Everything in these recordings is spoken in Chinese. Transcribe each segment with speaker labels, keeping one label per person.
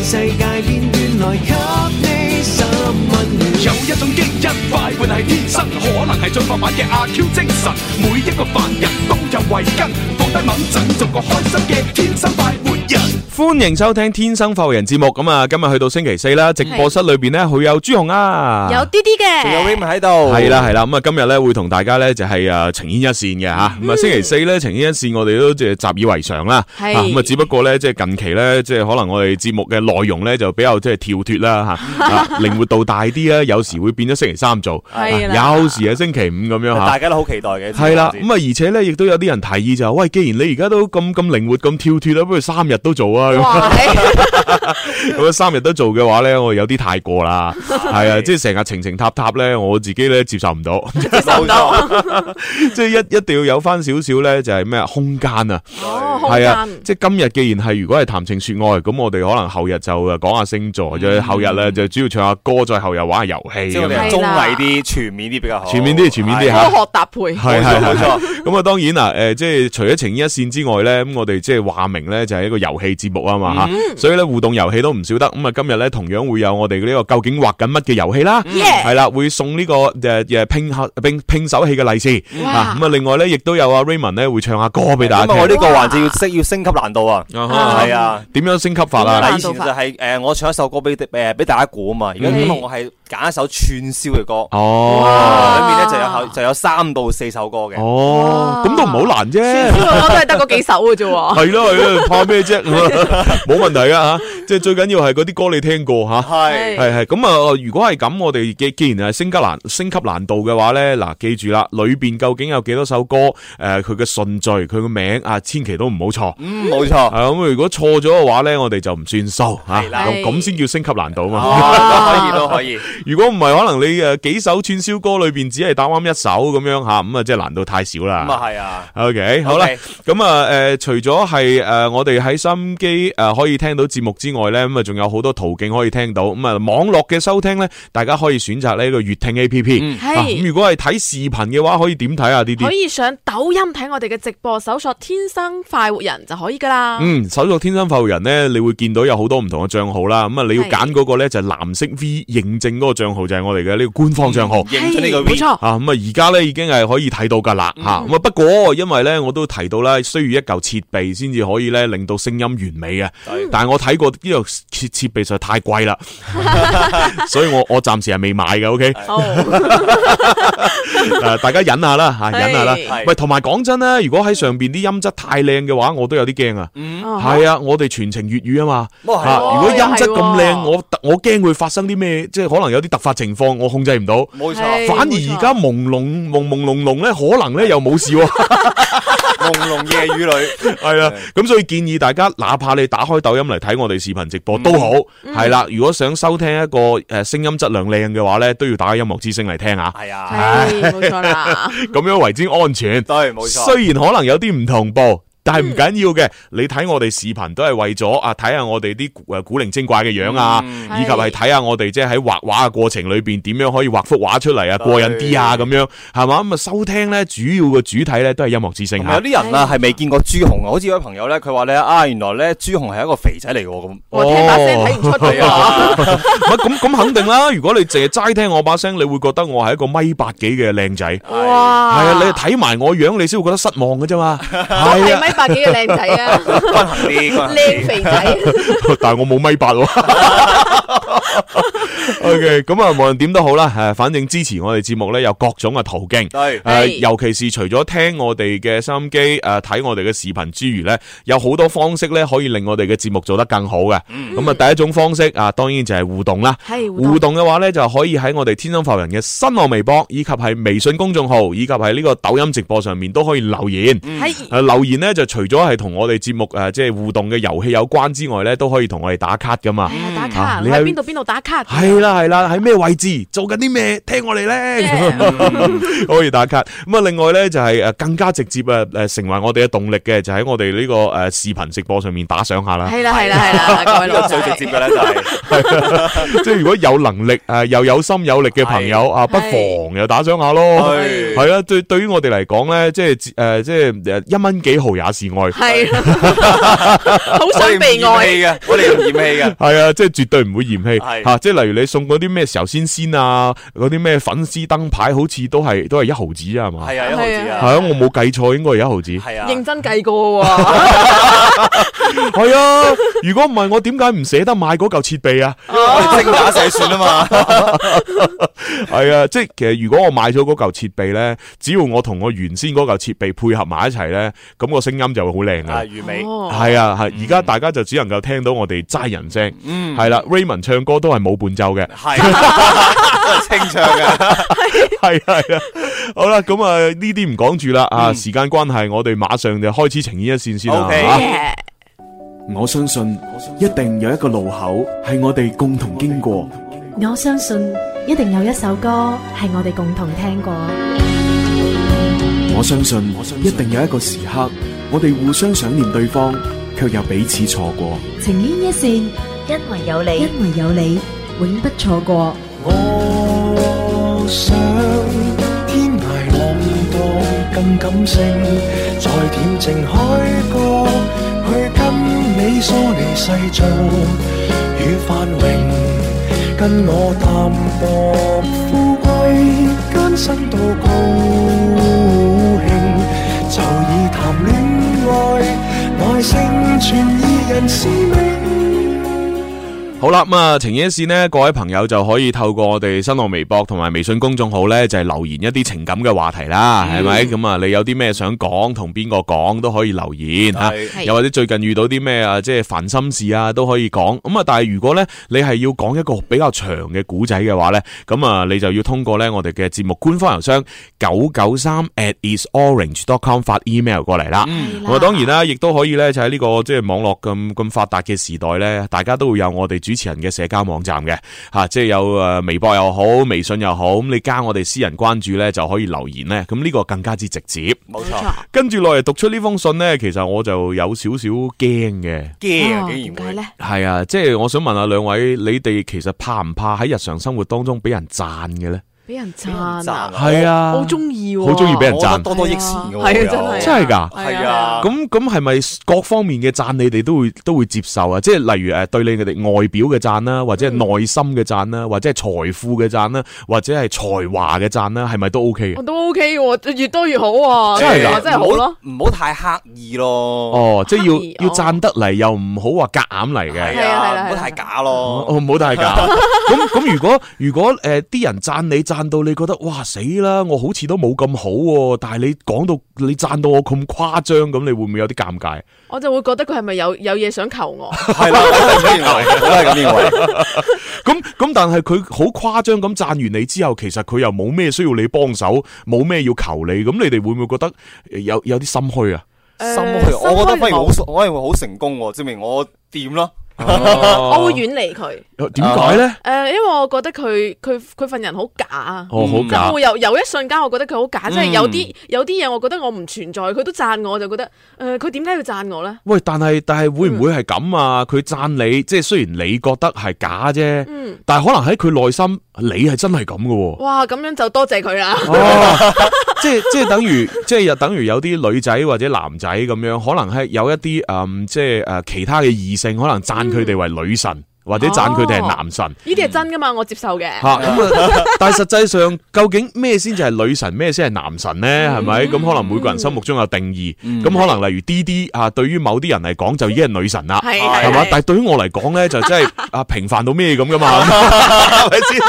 Speaker 1: 世界邊緣來給你十蚊元。
Speaker 2: 有一種基因快活係天生，可能係進化版嘅阿 Q 精神。每一個凡人都有慧根，放低猛陣，做個開心嘅天生快活人。
Speaker 3: 歡迎收聽《天生浮人》節目，咁啊，今日去到星期四啦，直播室裏邊咧，佢有朱紅啊，
Speaker 4: 有啲啲嘅，
Speaker 5: 仲有 Raymond 喺度，
Speaker 3: 係啦係啦，咁啊今日咧會同大家咧就係誒呈牽一線嘅吓，
Speaker 4: 嗯
Speaker 3: 咁啊星期四咧呈牽一線我哋都即係習以為常啦，
Speaker 4: 係
Speaker 3: 啊咁啊只不過咧即係近期咧即係可能我哋節目嘅內容咧就比較即係跳脫啦 吓，啊靈活度大啲啦，有時會變咗星期三做，啊
Speaker 4: 係啦
Speaker 3: 有時係星期五咁樣吓
Speaker 5: 啊大。家都好期待嘅。
Speaker 3: 系啦，咁啊，而且咧，亦都有啲人提議就話喂，既然你而家都咁咁靈活、咁跳脱啦，不如三日都做啊，咁
Speaker 4: 哇，哎係
Speaker 3: 咁啊三日都做嘅話咧，我有啲太過 啦，係啊，
Speaker 5: 係
Speaker 3: 即係成日情情塔塔咧，我自己咧接受唔 到，
Speaker 5: 收到，
Speaker 3: 即係一一定要有翻少少咧，就係咩空間啊，
Speaker 4: 哦，空
Speaker 3: 係啊
Speaker 4: 間，
Speaker 3: 即係今日既然係如果係談情說愛，咁我哋可能後日就誒講下星
Speaker 4: 嗯
Speaker 3: 座，再後日咧就主要唱下歌，再後日玩下遊戲
Speaker 5: 即係我
Speaker 3: 咁
Speaker 5: 哋係
Speaker 3: 樣。
Speaker 5: 綜藝啲、全面啲比較好。
Speaker 3: 全面啲全面啲嚇
Speaker 4: 科學搭配，
Speaker 3: 係係
Speaker 5: 哦啊冇錯冇錯
Speaker 3: 係， 咁啊當然啦，誒即係除咗情牽一線之外咧，咁我哋即係話明咧就係一個遊戲節目啊嘛
Speaker 4: 嗯
Speaker 3: 嚇，所以咧互動遊戲都唔少得。咁啊今日咧同樣會有我哋呢個究竟畫緊乜嘅遊戲啦，
Speaker 4: Yeah
Speaker 3: 係啦，會送呢個誒誒拼合拼拼手氣嘅利是
Speaker 4: 哇啊
Speaker 3: 啊。咁啊另外咧亦都有阿 Raymond 咧會唱下歌俾大
Speaker 5: 因
Speaker 3: 家
Speaker 5: 啊為我
Speaker 3: 聽
Speaker 5: 呢。個環節要升要升級難度啊，
Speaker 3: 啊哈
Speaker 5: 係啊。
Speaker 3: 點樣升級法
Speaker 4: 點樣
Speaker 3: 啊
Speaker 4: 啊？
Speaker 5: 嗱，以前就係誒，我唱一首歌俾誒俾大家估啊嘛。而家今日我係揀一首串燒嘅歌，
Speaker 3: 嗯
Speaker 5: 啊
Speaker 3: 哦
Speaker 4: 哇
Speaker 5: 裏面咧就有就有三到四首歌嘅。
Speaker 3: 哦，咁都唔好難啫。
Speaker 4: 呢個我都係得嗰幾首嘅啫喎，
Speaker 3: 係咯係咯，怕咩啫？ 冇問題啊吓，即係最緊要係嗰啲歌你聽過吓。
Speaker 5: 係
Speaker 3: 系系咁啊！如果係咁，我哋既既然係升級難升級難度嘅話咧，嗱，記住啦，裏边究竟有幾多首歌？诶、佢嘅順序、佢嘅名啊，千祈都唔好錯。
Speaker 5: 嗯，冇錯。
Speaker 3: 啊，咁如果錯咗嘅話咧，我哋就唔算數吓，
Speaker 5: 係
Speaker 3: 咁、
Speaker 5: 啦
Speaker 3: 咁先叫升級難度啊嘛。
Speaker 5: 哦都可以，都可以。
Speaker 3: 如果唔係，可能你诶呃几首串燒歌裏边只係打啱一首咁樣吓，咁啊即係難度太少啦。
Speaker 5: 咁啊，係啊。
Speaker 3: OK，好啦
Speaker 5: OK，
Speaker 3: 咁啊，诶，除咗係诶，我哋喺收音機诶可以聽到節目之外咧，咁啊，仲有好多途徑可以聽到。咁啊，網絡嘅收聽咧，大家可以選擇呢個粵聽 A P P。啊咁
Speaker 4: 係
Speaker 3: 如果係睇視頻嘅話，可以點睇啊？呢
Speaker 4: 嗯可
Speaker 3: 啲
Speaker 4: 以上抖音睇我哋嘅直播，搜索天生快活人就可以噶啦。
Speaker 3: 嗯，搜索天生浮人咧，你會見到有好多唔同嘅帳號啦。咁啊，你要
Speaker 4: 係
Speaker 3: 揀嗰個咧就係藍色 V 認證嗰個帳號，就係我哋嘅呢個官方帳號。
Speaker 5: 認出呢個
Speaker 4: 係冇
Speaker 5: V，
Speaker 4: 錯，
Speaker 3: 啊，咁啊，而家咧已經係可以睇到㗎啦，吓咁啊。不過因為咧，我都提到啦，需要一嚿設備先至可以咧令到聲音完美嘅。但係我睇過呢個設設備實在太貴啦，所以我我暫時係未買嘅。OK，
Speaker 4: 哦，
Speaker 3: 誒，大家忍下啦，吓
Speaker 4: 係
Speaker 3: 忍下啦
Speaker 5: 係。
Speaker 3: 喂，同埋講真啦，如果喺上邊啲音質太靚嘅話，我都有啲驚啊。
Speaker 4: 係
Speaker 3: 係啊，我哋全程粵語啊嘛。
Speaker 5: 哦
Speaker 3: 吓，
Speaker 4: 喎
Speaker 3: 如果音質咁
Speaker 4: 又係
Speaker 3: 靚，
Speaker 4: 喎
Speaker 3: 我我驚會發生啲咩，即係可能有啲突發情況，我控制唔到。
Speaker 5: 冇
Speaker 4: 係
Speaker 5: 哎錯，
Speaker 3: 反而而家朦朧朦朦朧朧咧，可能咧又冇事 喎，
Speaker 5: 朦朧夜雨裏，
Speaker 3: 係啦。咁所以建議大家，哪怕你打開抖音嚟睇我哋視頻直
Speaker 5: 嗯
Speaker 3: 播都好，係啦。如果想收聽一個诶声音質量靚嘅話咧，都要打開音樂之聲嚟聽下，
Speaker 5: 係啊，
Speaker 4: 係冇錯啦，
Speaker 3: 咁樣為之安全。
Speaker 5: 對，冇錯。
Speaker 3: 雖然啊可能有啲唔同步。但係唔緊要嘅，你睇我哋視頻都係為咗啊睇下我哋啲古誒古靈精怪嘅樣啊，以及係睇下我哋即係喺畫畫嘅過程裏邊點樣可以畫幅畫出嚟啊過癮啲啊咁樣係嘛咁啊收聽咧主要嘅主體咧都係音樂之聲
Speaker 5: 同埋有
Speaker 3: 嚇，
Speaker 5: 啲人啊，係未見過朱紅啊，好似有位朋友咧，佢話咧啊，原來咧朱紅係一個肥仔嚟喎咁。
Speaker 4: 我聽把聲睇唔出佢
Speaker 5: 係
Speaker 3: 哦
Speaker 4: 啊。
Speaker 5: 啊，
Speaker 3: 唔係咁咁肯定啦。 如果你淨係齋聽我把聲，你會覺得我係一個米八幾嘅靚仔，係
Speaker 4: 哇！
Speaker 3: 啊，你睇埋我樣，你先會覺得失望嘅啫嘛。
Speaker 4: 都
Speaker 3: 係
Speaker 4: 係
Speaker 3: 啊，
Speaker 4: 米八幾嘅靚仔啊，
Speaker 5: 均衡啲，均衡
Speaker 4: 靚
Speaker 5: 啲。
Speaker 4: 肥仔。
Speaker 3: 但係我冇米八喎。OK，咁啊，無論點都好啦，誒，反正支持我哋節目咧有各種嘅途徑。
Speaker 5: 對
Speaker 3: 誒、，
Speaker 4: 係
Speaker 3: 尤其是除咗聽我哋嘅收音機，誒、睇我哋嘅視頻之餘呢，有好多方式呢可以令我哋嘅節目做得更好嘅。咁啊、第一種方式啊，當然就係互動啦。
Speaker 4: 嗯係互動
Speaker 3: 互動嘅話呢，就可以喺我哋天生浮人嘅新浪微博，以及係微信公眾號，以及係呢個抖音直播上面都可以留言。
Speaker 4: 係
Speaker 3: 誒呃留言呢，就除呃咗係同我哋節目誒、即係互動嘅遊戲有關之外呢，都可以同我哋打卡噶嘛。
Speaker 4: 係啊，打
Speaker 3: 啊
Speaker 4: 卡。
Speaker 3: 你你
Speaker 4: 喺
Speaker 3: 喺
Speaker 4: 邊度邊度打卡？
Speaker 3: 系，啦系啦，喺咩位置做緊啲咩？聽我哋咧 可以打卡。咁啊，另外咧就係誒更加直接啊誒成為我哋嘅動力嘅，就喺我哋呢個誒視頻直播上面打賞下啦。
Speaker 4: 係啦係啦係啦，各位
Speaker 5: 呢
Speaker 4: 老
Speaker 5: 個最直接嘅咧就 係
Speaker 3: 即係如果有能力誒又有心有力嘅朋友啊，不妨又打賞下咯。
Speaker 5: 係
Speaker 3: 係啦，對對於我哋嚟講咧，即係誒即係誒一蚊幾毫也是愛。
Speaker 4: 係啦， 好
Speaker 5: 我哋
Speaker 4: 想
Speaker 5: 唔
Speaker 4: 被愛。
Speaker 5: 嫌棄嘅，我哋唔嫌棄嘅。
Speaker 3: 系啊，即系绝对唔会嫌弃吓，
Speaker 5: 係
Speaker 3: 嚇即系例如你送嗰啲咩壽先先啊，嗰啲咩粉絲燈牌，好似都係都系一毫子啊，係嘛？
Speaker 5: 係啊，一毫子
Speaker 3: 系
Speaker 5: 啊，
Speaker 3: 啊，我冇計錯，應該係一毫子。
Speaker 5: 係啊，
Speaker 4: 認真計過喎，
Speaker 3: 係啊，如果唔係我點解唔捨得買嗰嚿設備啊？
Speaker 5: 我哋精打細算啊嘛，
Speaker 3: 係啊，即係其實如果我買咗嗰嚿設備咧，只要我同我原先嗰嚿設備配合埋一齊咧，咁個聲音就會好靚
Speaker 5: 啊，
Speaker 3: 噶。
Speaker 5: 完美，
Speaker 4: 哦
Speaker 3: 係啊，係而家大家就只能夠聽到我哋齋人聲，係啦，Raymond 唱歌都係冇伴奏嘅。
Speaker 5: 係真係清唱嘅，
Speaker 3: 系系啊，好啦，咁啊呢啲唔講住啦，啊時間關係，我哋馬上就開始呈現一線先啦。啊
Speaker 5: OK
Speaker 3: 嚇
Speaker 4: Yeah
Speaker 1: 我相信一定有一個路口係我哋共同經過，
Speaker 6: 我相信一定有一首歌系我哋共同听过。
Speaker 1: 我相信一定有一個時刻，我哋互相想念對方，卻又彼此錯過。
Speaker 6: 情牵一线，
Speaker 7: 因为有你，
Speaker 6: 因为有你，永不错过。
Speaker 8: 我想天涯浪蕩更感性，在恬靜海角去跟你梳理世俗與繁榮，跟我淡薄富貴艱辛到高興，就以談戀愛耐性全二人使命。
Speaker 3: 好啦，咁啊呈現一線呢，各位朋友就可以透過我哋新浪微博同埋微信公眾號呢，就係留言一啲情感嘅話題啦，係咪？咁啊，你有啲咩想講，同邊個講都可以留言啊吓。
Speaker 5: 係
Speaker 3: 又或者最近遇到啲咩啊，即係煩心事啊，都可以講。咁啊，但係如果咧你係要講一個比較長嘅古仔嘅話咧，咁啊你就要通過咧我哋嘅節目官方郵箱九九三 at isorange.com 發 email 過嚟啦。咁啊，當然啦，亦都可以咧，就喺呢個即係網絡咁咁發達嘅時代咧，大家都會有我哋主持人嘅社交網站嘅吓、即係有誒微博又好，微信又好，咁你加我哋私人關注咧就可以留言咧，咁呢個更加之直接。
Speaker 5: 冇
Speaker 4: 冇
Speaker 5: 錯，
Speaker 4: 錯。
Speaker 3: 跟住落嚟讀出呢封信呢，其實我就有少少驚嘅。
Speaker 5: 驚啊，
Speaker 4: 哦
Speaker 5: 竟
Speaker 4: 點解
Speaker 5: 然會。
Speaker 4: 咧？
Speaker 3: 係啊，即係我想問下兩位，你哋其實怕唔怕喺日常生活當中俾人讚嘅呢？
Speaker 4: 俾人讚
Speaker 5: 人讚
Speaker 4: 啊
Speaker 5: 啊！
Speaker 3: 係啊
Speaker 4: 好中意喎，
Speaker 3: 好鍾意俾人
Speaker 5: 我
Speaker 3: 讚
Speaker 5: 覺得多多益善嘅喎，
Speaker 4: 係啊
Speaker 5: 又
Speaker 4: 真係
Speaker 3: 真係㗎。
Speaker 5: 係啊，
Speaker 3: 咁咁係咪各方面嘅讚你哋都會都會接受啊？即係例如诶對你哋外表嘅讚啦，或者係
Speaker 5: 嗯
Speaker 3: 內心嘅讚啦，或者係財富嘅讚啦，或者係才華嘅讚啦，係咪都 OK 嘅
Speaker 4: 我？都 OK 喎，越多越好啊喎，
Speaker 3: 真係㗎
Speaker 4: 哇真係好咯。，
Speaker 5: 唔好太刻意咯，
Speaker 3: 哦，即係
Speaker 4: 刻意
Speaker 3: 要要
Speaker 4: 哦
Speaker 3: 讚得嚟，又唔好話夾硬嚟嘅。
Speaker 5: 係
Speaker 4: 係啊係
Speaker 5: 啊，
Speaker 4: 啊
Speaker 5: 唔好太假咯，
Speaker 3: 哦，唔好太假。 咁咁，如果如果诶，啲、人讚你讚到你覺得哇死啦，我好似都冇咁好喎、但係你講到你讚到我咁誇張，咁你會唔會有啲尷尬？啊
Speaker 4: 我就會覺得佢係咪有有嘢想求 我？
Speaker 5: 係啦，我都係咁認為，我都係咁認為，
Speaker 3: 咁咁，但係佢好誇張咁讚完你之後，其實佢又冇咩需要你幫手，冇咩要求你，咁你哋會唔會覺得呃有有啲心虛啊？
Speaker 4: 誒
Speaker 5: 心虛，我覺得反而好，我
Speaker 4: 心虛
Speaker 5: 反而會好成功喎，證明我掂咯，
Speaker 4: 冇我會遠離佢。
Speaker 3: 呃點解咧？
Speaker 4: 诶，因為我覺得佢佢佢份人好假啊。
Speaker 3: 哦，
Speaker 5: Ừ.
Speaker 3: 好
Speaker 4: 即係
Speaker 3: 假
Speaker 4: 我。會有有一瞬間，我覺得佢好假，即係
Speaker 5: 嗯
Speaker 4: 有啲有啲嘢，我覺得我唔存在，佢都讚我，我就覺得诶，誒佢點解要讚我咧？
Speaker 3: 喂，但係但係會唔會係咁啊？佢讚你，即係雖然你覺得係假啫，
Speaker 4: 嗯，
Speaker 3: 但係可能喺佢內心，你係真係咁嘅喎。
Speaker 4: 哇，咁樣就多謝佢啦。
Speaker 3: 哦，即系即系等于即系又等于有啲女仔或者男仔咁樣，可能係有一啲嗯，即系诶其他嘅異性，可能讚佢哋
Speaker 4: 嗯
Speaker 3: 為女神，或者讚佢
Speaker 4: 哦
Speaker 3: 哋係男神
Speaker 4: 呢啲係真噶嘛，我接受嘅。
Speaker 3: 吓咁啊。 但系实际上，究竟咩先至係女神，咩先係男神呢？係咪？咁可能每個人心目中有定義。咁可能例如 D D 啊，對於某啲人嚟講就已經係女神啦。
Speaker 4: 係
Speaker 5: 係
Speaker 3: 係嘛？但係
Speaker 4: 係
Speaker 3: 對於我嚟講咧，就真係啊平凡到咩咁噶嘛，係咪先？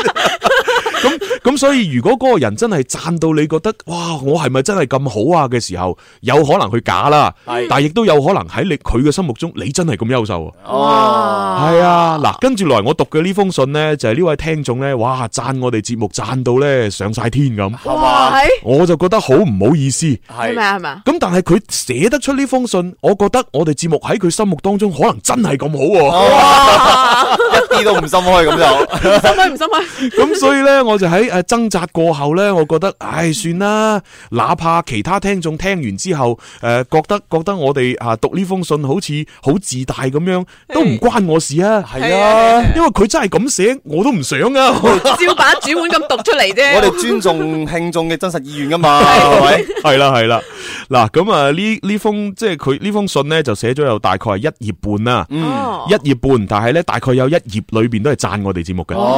Speaker 3: 咁咁所以如果嗰個人真係讚到你覺得哇，我係咪真係咁好啊嘅時候，有可能佢假啦，
Speaker 5: 係
Speaker 3: 但係亦都有可能喺你佢嘅心目中，你真係咁優秀啊。
Speaker 5: 哦，
Speaker 3: 係啊，嗱，跟住來我讀嘅呢封信呢，就係呢位聽眾呢，哇，讚我哋節目讚到呢上晒天咁，
Speaker 5: 係
Speaker 4: 哇，
Speaker 5: 嘛，
Speaker 4: 係
Speaker 3: 我就覺得好唔好意思。
Speaker 4: 係咪
Speaker 5: 係
Speaker 4: 啊？係咪啊？
Speaker 3: 咁但係佢寫
Speaker 5: 哦
Speaker 3: 得出呢封信，我覺得我哋節目喺佢心目當中可能真係咁好喎。
Speaker 4: 哇
Speaker 5: 一啲都唔心開咁 就。
Speaker 4: 心虛唔 心虛？
Speaker 3: 咁所以咧，我就喺诶挣扎過後咧，我覺得，唉，算啦，哪怕其他聽眾聽完之後，诶、覺得覺得我哋啊讀呢封信好似好自大咁樣，都唔關我事啊，
Speaker 5: 係啊，
Speaker 3: 因為佢真係咁寫，我都唔想啊，
Speaker 4: 照板煮碗咁讀出嚟啫。
Speaker 5: 我哋尊重聽眾嘅真實意願噶嘛，係咪？
Speaker 3: 係啦係啦，嗱咁啊呢呢封即係佢呢封信咧就寫咗有大概係一頁半啦，
Speaker 4: 哦
Speaker 3: 一頁半，但係咧大概有一頁裏边都係讚我哋節目嘅。
Speaker 5: 哦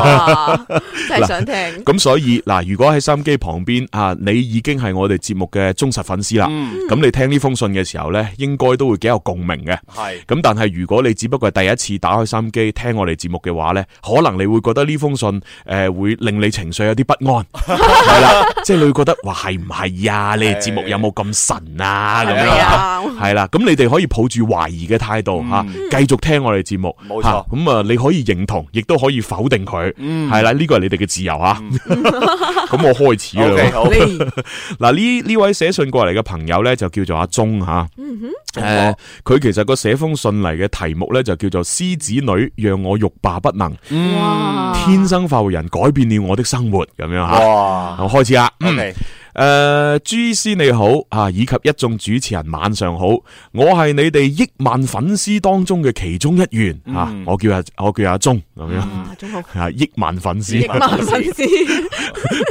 Speaker 4: 哦，真係想聽。
Speaker 3: 咁所以嗱，如果喺收音機旁邊啊，你已經係我哋節目嘅忠實粉絲啦，
Speaker 5: 嗯
Speaker 3: 咁、你聽呢封信嘅時候呢，應該都會幾有共鳴嘅。
Speaker 5: 係
Speaker 3: 咁但係如果你只不過係第一次打開收音機聽我哋節目嘅話呢，可能你會覺得呢封信诶、呃、会令你情緒有啲不安，係啦，即係你會覺得哇係唔係啊？你哋節目有冇咁神啊？咁
Speaker 4: 係
Speaker 3: 樣
Speaker 4: 啊，
Speaker 3: 係啦，咁你哋可以抱住懷疑嘅態度吓，繼續聽我哋節目，
Speaker 5: 冇錯
Speaker 3: 嚇咁啊，你可以認同，亦都可以否定佢，係啦，呢個係你哋嘅自由吓。 咁我開 始
Speaker 5: O K
Speaker 3: 啦。
Speaker 5: 好，
Speaker 3: 嗱，呢呢位寫信過嚟嘅朋友咧，就叫做阿鐘吓。
Speaker 4: 嗯
Speaker 3: 诶，佢其實個寫封信嚟嘅題目咧，就叫做《獅子女讓我欲罷不能》，
Speaker 4: 哇！
Speaker 3: 天生發育人改變了我的生活咁樣吓。
Speaker 5: 哇
Speaker 3: 我開始啦。嗯
Speaker 5: ，O K，
Speaker 3: 诶，朱師你好啊，以及一眾主持人晚上好，我係你哋億萬粉絲當中嘅其中一員
Speaker 5: 嗯
Speaker 3: 啊，我叫阿我叫阿鐘咁樣
Speaker 4: 啊，仲好，
Speaker 3: 啊，億萬粉
Speaker 4: 億
Speaker 3: 絲，
Speaker 4: 萬粉絲，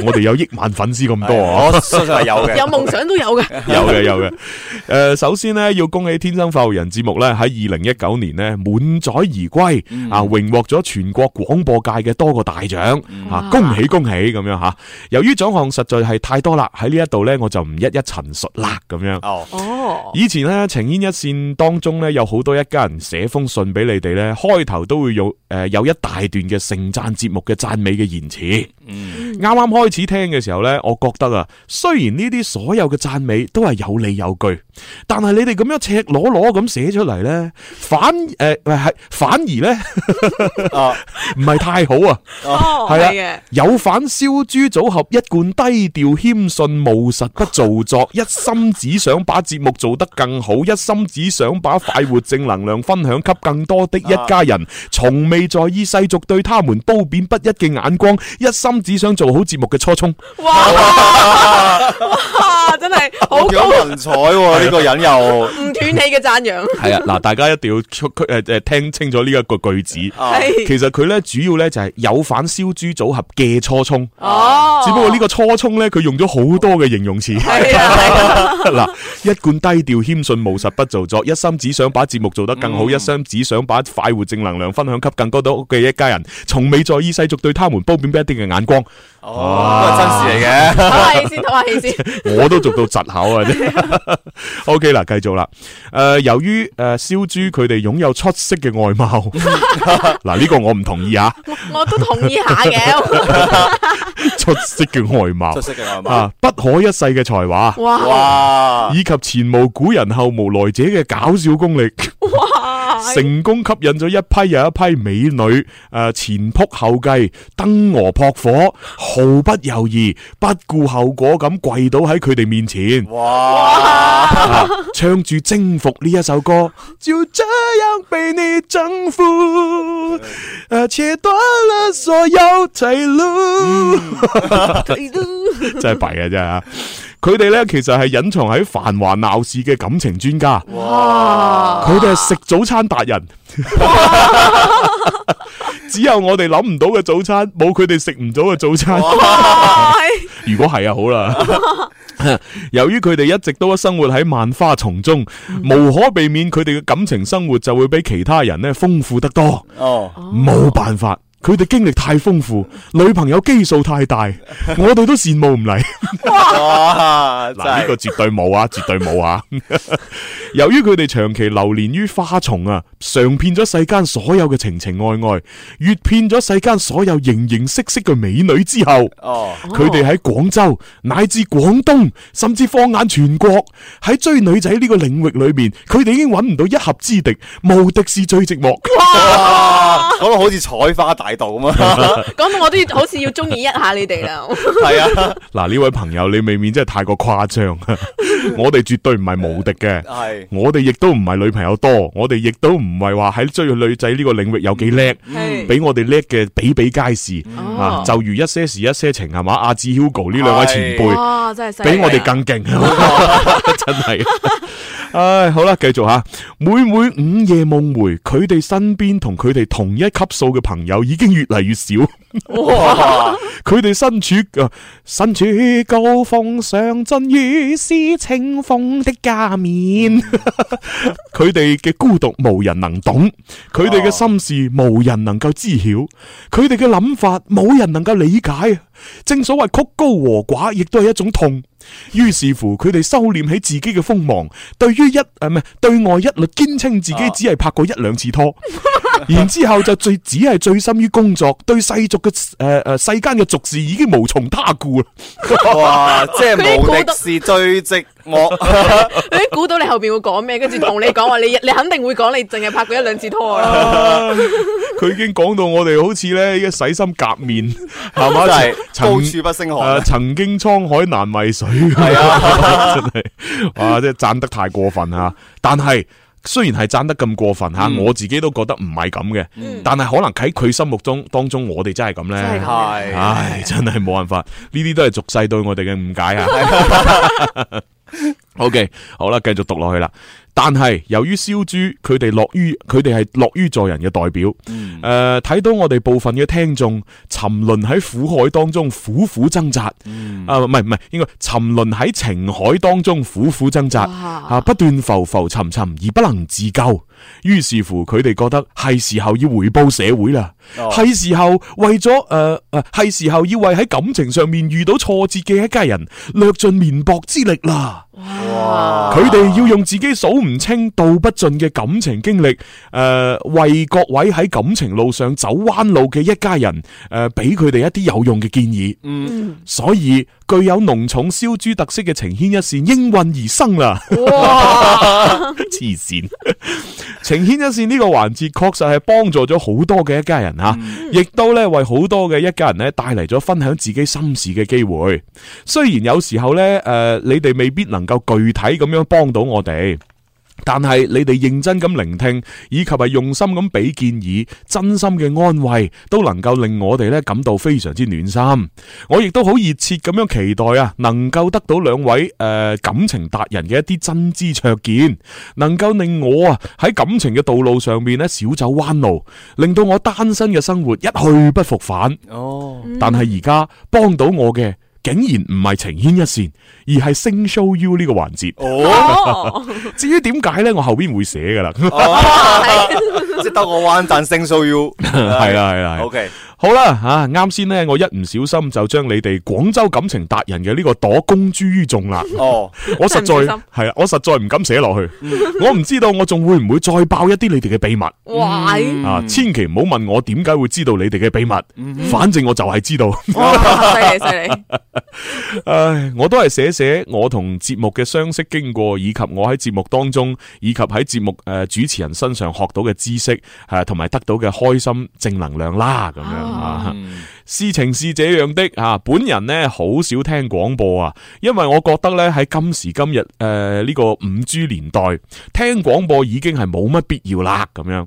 Speaker 3: 我哋有億萬粉絲咁多啊。
Speaker 5: 我相信係有嘅，
Speaker 4: 有夢想都有 嘅。
Speaker 3: 有嘅有嘅，诶、首先呢，要恭喜《天生發育人》節目咧喺二零一九年呢滿載而歸、啊，榮獲咗全國廣播界嘅多個大獎、啊，恭喜恭喜咁樣吓。由於獎項實在係太多啦，喺呢一度呢，我就唔一一陳述啦咁樣。
Speaker 5: 哦，
Speaker 4: 哦，
Speaker 3: 以前咧情牽一線當中咧，有好多一家人寫封信俾你哋咧，開頭都會有誒、呃有一大段嘅盛讚節目嘅讚美嘅言辭。啱啱開始聽嘅時候咧，我覺得啊，雖然呢啲所有嘅讚美都係有理有據，但係你哋咁樣赤裸裸咁寫出嚟咧，反誒係、反而咧
Speaker 5: 啊，
Speaker 3: 唔係太好啊。
Speaker 4: 哦，
Speaker 3: 係啊
Speaker 4: 係嘅。
Speaker 3: 有反燒豬組合一貫低調謙遜務實不做作，一心只想把節目做得更好，一心只想把快活正能量分享給更多的一家
Speaker 4: 哦
Speaker 3: 人，從未在意世俗對他們褒貶不一嘅眼光，一心只想做好節目嘅初衷。
Speaker 4: 哇哇，真係好
Speaker 5: 有
Speaker 4: 高
Speaker 5: 文采喎，呢個人 又
Speaker 4: 唔斷氣嘅讚揚，
Speaker 3: 係啊，嗱，大家一定要出誒誒聽清楚呢一個句子。
Speaker 4: 係
Speaker 3: 其實佢咧主要咧就係有反燒豬組合嘅初衷，
Speaker 4: 哦。
Speaker 3: 啊只不過呢個初衷咧佢用咗好多嘅形容詞。
Speaker 4: 係啊係啊，
Speaker 3: 嗱，一貫低調謙遜務實不做作，一心只想把節目做得更
Speaker 5: 嗯
Speaker 3: 好，一心只想把快活正能量分享給更多多嘅一家人，從未在意世俗對他們褒貶不一定嘅眼 光。
Speaker 5: 哦，都係真事嚟嘅，
Speaker 4: 唞下氣先，唞下氣 先。
Speaker 3: 我都做到窒口啊！真 OK 啦，繼續啦。诶、由於诶燒豬佢哋擁有出色嘅外 貌，嗱呢個我唔同意啊，
Speaker 4: 我都同意下嘅。
Speaker 3: 出色嘅外貌
Speaker 5: 出色嘅係嘛？
Speaker 3: 啊，不可一世嘅才華。
Speaker 4: 哇
Speaker 5: 哇，
Speaker 3: 以及前無古人後無來者嘅搞笑功力，成功吸引咗一批又一批美女，诶、前仆後繼，燈蛾撲火，毫不猶豫，不顧後果咁跪倒喺佢哋面前，
Speaker 5: 哇，
Speaker 3: 啊唱住《征服》呢一首歌， 就這樣被你征服，呃切斷了所有退路。
Speaker 4: 哦
Speaker 3: 真系弊啊！真系啊！佢哋咧其實係隱藏喺繁華鬧市嘅感情專家，
Speaker 4: 哇！
Speaker 3: 佢哋係食早餐達人。 只有我哋諗唔到嘅早餐，冇佢哋食唔到嘅早餐。如果係啊，好啦。 由於佢哋一直都生活喺萬花叢中，無可避免，佢哋嘅感情生活就會比其他人咧豐富得多。
Speaker 5: 哦，
Speaker 3: 冇辦法，佢哋經歷太豐富，女朋友基數太大，我哋都羨慕唔嚟。
Speaker 5: 哇，真
Speaker 3: 嗱，呢個
Speaker 5: 係
Speaker 3: 絕對冇啊，絕對冇啊！ 由於佢哋長期流連於花叢啊，嘗遍咗世間所有嘅情情愛愛，閱遍咗世間所有形形色色嘅美女之後，
Speaker 5: 哦，
Speaker 3: 佢哋喺廣州乃至廣東，甚至放眼全國，喺追女仔呢個領域裏面，佢哋已經揾唔到一合之敵，無敵是最寂寞。
Speaker 5: 哇，講到好似採花大態度啊 嘛，
Speaker 4: 講到我都要好似要中意一下你哋啦。
Speaker 5: 係啊，
Speaker 3: 嗱呢位朋友，你未免真係太過誇張， 我哋絕對唔係無敵嘅。
Speaker 5: 係。
Speaker 3: 我哋亦都唔係女朋友多，我哋亦都唔係話喺追女仔呢個領域有幾叻，
Speaker 4: 係
Speaker 3: 比我哋叻嘅比比皆是啊！
Speaker 4: 哦
Speaker 3: 就如一些事一些情係嘛，阿志 Hugo 呢兩位前輩
Speaker 4: 哇，真係犀利啊
Speaker 3: 比我哋更勁，啊 真係。唉，好啦，繼續吓，每每午夜夢回，佢哋身邊同佢哋同一級數嘅朋友已經越嚟越少。
Speaker 5: 哇！
Speaker 3: 佢哋身處啊身處高峰上，盡雨是清風的加冕。 佢哋嘅孤獨無人能懂，佢哋
Speaker 4: 哦
Speaker 3: 嘅心事無人能夠知曉，佢哋嘅諗法冇人能夠理解。啊正所謂曲高和寡，亦都係一種痛。於是乎，佢哋收斂起自己嘅鋒芒，對於一誒唔係對外一律堅稱自己只係拍過一兩次拖。然之後就最只係醉心於工作，對世俗嘅誒誒世間嘅俗事已經無從他顧啦。
Speaker 5: 哇！即係
Speaker 4: 佢啲
Speaker 5: 無
Speaker 4: 孤
Speaker 5: 敵
Speaker 4: 獨
Speaker 5: 是最寂寞，
Speaker 4: 你都估到你後邊會講咩，跟住同你講話，你你肯定會講你淨係拍過一兩次拖啦。
Speaker 3: 佢已經講到我哋好似咧一洗心革面， 係嘛？
Speaker 5: 真係
Speaker 3: 曾呃
Speaker 5: 高處不勝
Speaker 3: 誒
Speaker 5: 寒。
Speaker 3: 啊曾經滄海難為水，係啊， 真係哇！即係讚得太過分吓，但係。雖然係讚得咁過分吓，我自己都覺得唔係咁嘅，但係可能喺佢心目中當中，我哋真係咁咧。
Speaker 4: 真係咁
Speaker 5: 係
Speaker 3: 唉，真係冇辦法，呢啲都係俗世對我哋嘅誤解啊。OK，好啦，繼續讀落去啦。但係由於燒豬，佢哋樂於佢哋係樂於助人嘅代表。誒、睇到我哋部分嘅聽眾沉淪喺苦海當中苦苦掙扎，啊唔係唔係，應該沉淪喺情海當中苦苦掙扎，
Speaker 4: 哇
Speaker 3: 啊不斷浮浮沉沉而不能自救。於是乎，佢哋覺得係時候要回報社會啦。
Speaker 5: 哦
Speaker 3: 係時候為咗诶诶，系、係時候要為喺感情上面遇到挫折嘅一家人略盡綿薄之力啦。
Speaker 4: 哇
Speaker 3: 佢哋要用自己數唔清、道不盡嘅感情經歷，诶、呃為各位喺感情路上走彎路嘅一家人，诶、俾佢哋一啲有用嘅建議。嗯，所以具有濃重燒豬特色嘅情牽一線應運而生啦。 黐線！情牽一線呢個環節確實係幫助咗好多嘅一家人吓，亦都咧為好多嘅一家人咧帶嚟咗分享自己心事嘅機會。雖然有時候咧，诶、你哋未必能夠具體咁樣幫到我哋。但係你哋認真咁聆聽，以及係用心咁俾建議，真心嘅安慰，都能夠令我哋咧感到非常之暖心。我亦都好熱切咁樣期待啊，能夠得到兩位诶、呃感情達人嘅一啲真知灼見，能夠令我啊喺感情嘅道路上面咧少走彎路，令到我單身嘅生活一去不復返。
Speaker 5: 哦，
Speaker 4: 嗯
Speaker 3: 但係而家幫到我嘅，竟然唔係情牽一線，而係星 show you 呢個環節。
Speaker 4: 哦，
Speaker 3: 至於點解呢？我後邊會寫噶啦。
Speaker 5: 即係兜個彎賺星數要
Speaker 4: 啊
Speaker 3: 係啦係啦係
Speaker 5: O K，
Speaker 3: 好啦，吓啱先呢，我一唔小心就將你哋廣州感情達人嘅呢個朵公諸於眾 啦。
Speaker 5: 哦，
Speaker 3: 我實
Speaker 4: 真係
Speaker 3: 在
Speaker 4: 唔小心嗯
Speaker 3: 係啊，我實在唔敢寫落去。我唔知道我仲會唔會再爆一啲你哋嘅秘密
Speaker 4: 哇！
Speaker 3: 啊！千祈唔好問我點解會知道你哋嘅秘
Speaker 4: 嗯
Speaker 3: 密，反正我就係知道。
Speaker 4: 哇，哎哦犀利犀利，
Speaker 3: 唉，我都系写写我同节目嘅相识经过，以及我喺节目当中，以及喺节目诶、呃主持人身上学到嘅知识，诶、同埋得到嘅开心正能量啦，咁样啊。 事情是這樣的啊，本人呢好少聽廣播啊，因為我覺得呢喺今時今日呃誒呢、個五 G 年代，聽廣播已經係冇乜必要啦咁樣。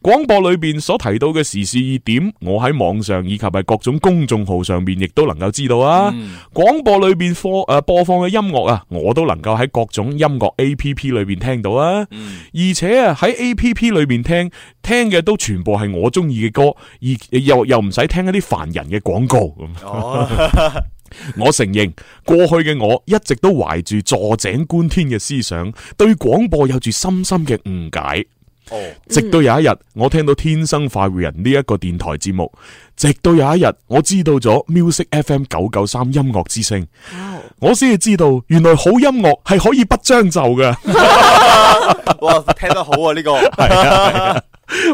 Speaker 3: 廣播裏邊所提到嘅時事熱點，我喺網上以及係各種公眾號上面亦都能夠知道啊。廣播裏邊播誒播放嘅音樂啊，我都能夠喺各種音樂 A P P 裏邊聽到啊。而且啊喺 A P P 裏面聽聽嘅都全部係我中意嘅歌，而又又唔使聽一啲煩人嘅廣告咁。 我承認過去嘅我一直都懷住坐井觀天嘅思想，對廣播有住深深嘅誤解。
Speaker 5: 哦，
Speaker 3: 直到有一日，我聽到《天生快活人》呢一個電台節目，直到有一日，我知道咗 Music FM 九九三音樂之聲，我先至知道原來好音樂係可以不將就嘅。
Speaker 5: 哇，聽得好啊呢個，
Speaker 3: 係啊係啊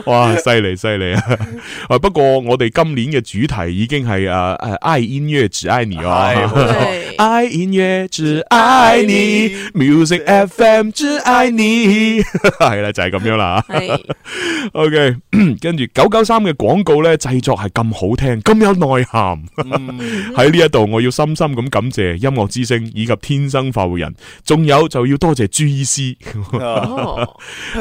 Speaker 3: 哇，犀利犀利 啊！啊不過我哋今年嘅主題已經係诶诶愛啊音樂只愛你
Speaker 5: 係
Speaker 3: 哦。
Speaker 4: 對
Speaker 3: 愛音樂只愛你，Music FM 只愛你， 係啦，就係咁樣啦。
Speaker 4: 係
Speaker 3: OK，跟 住九九三嘅廣告咧，製作係咁好聽，咁有內
Speaker 4: 嗯
Speaker 3: 涵。
Speaker 5: 嗯
Speaker 3: 喺呢一度，我要深深咁感謝音樂之聲以及天生發育人，仲有就要多謝朱醫 師。
Speaker 4: 哦，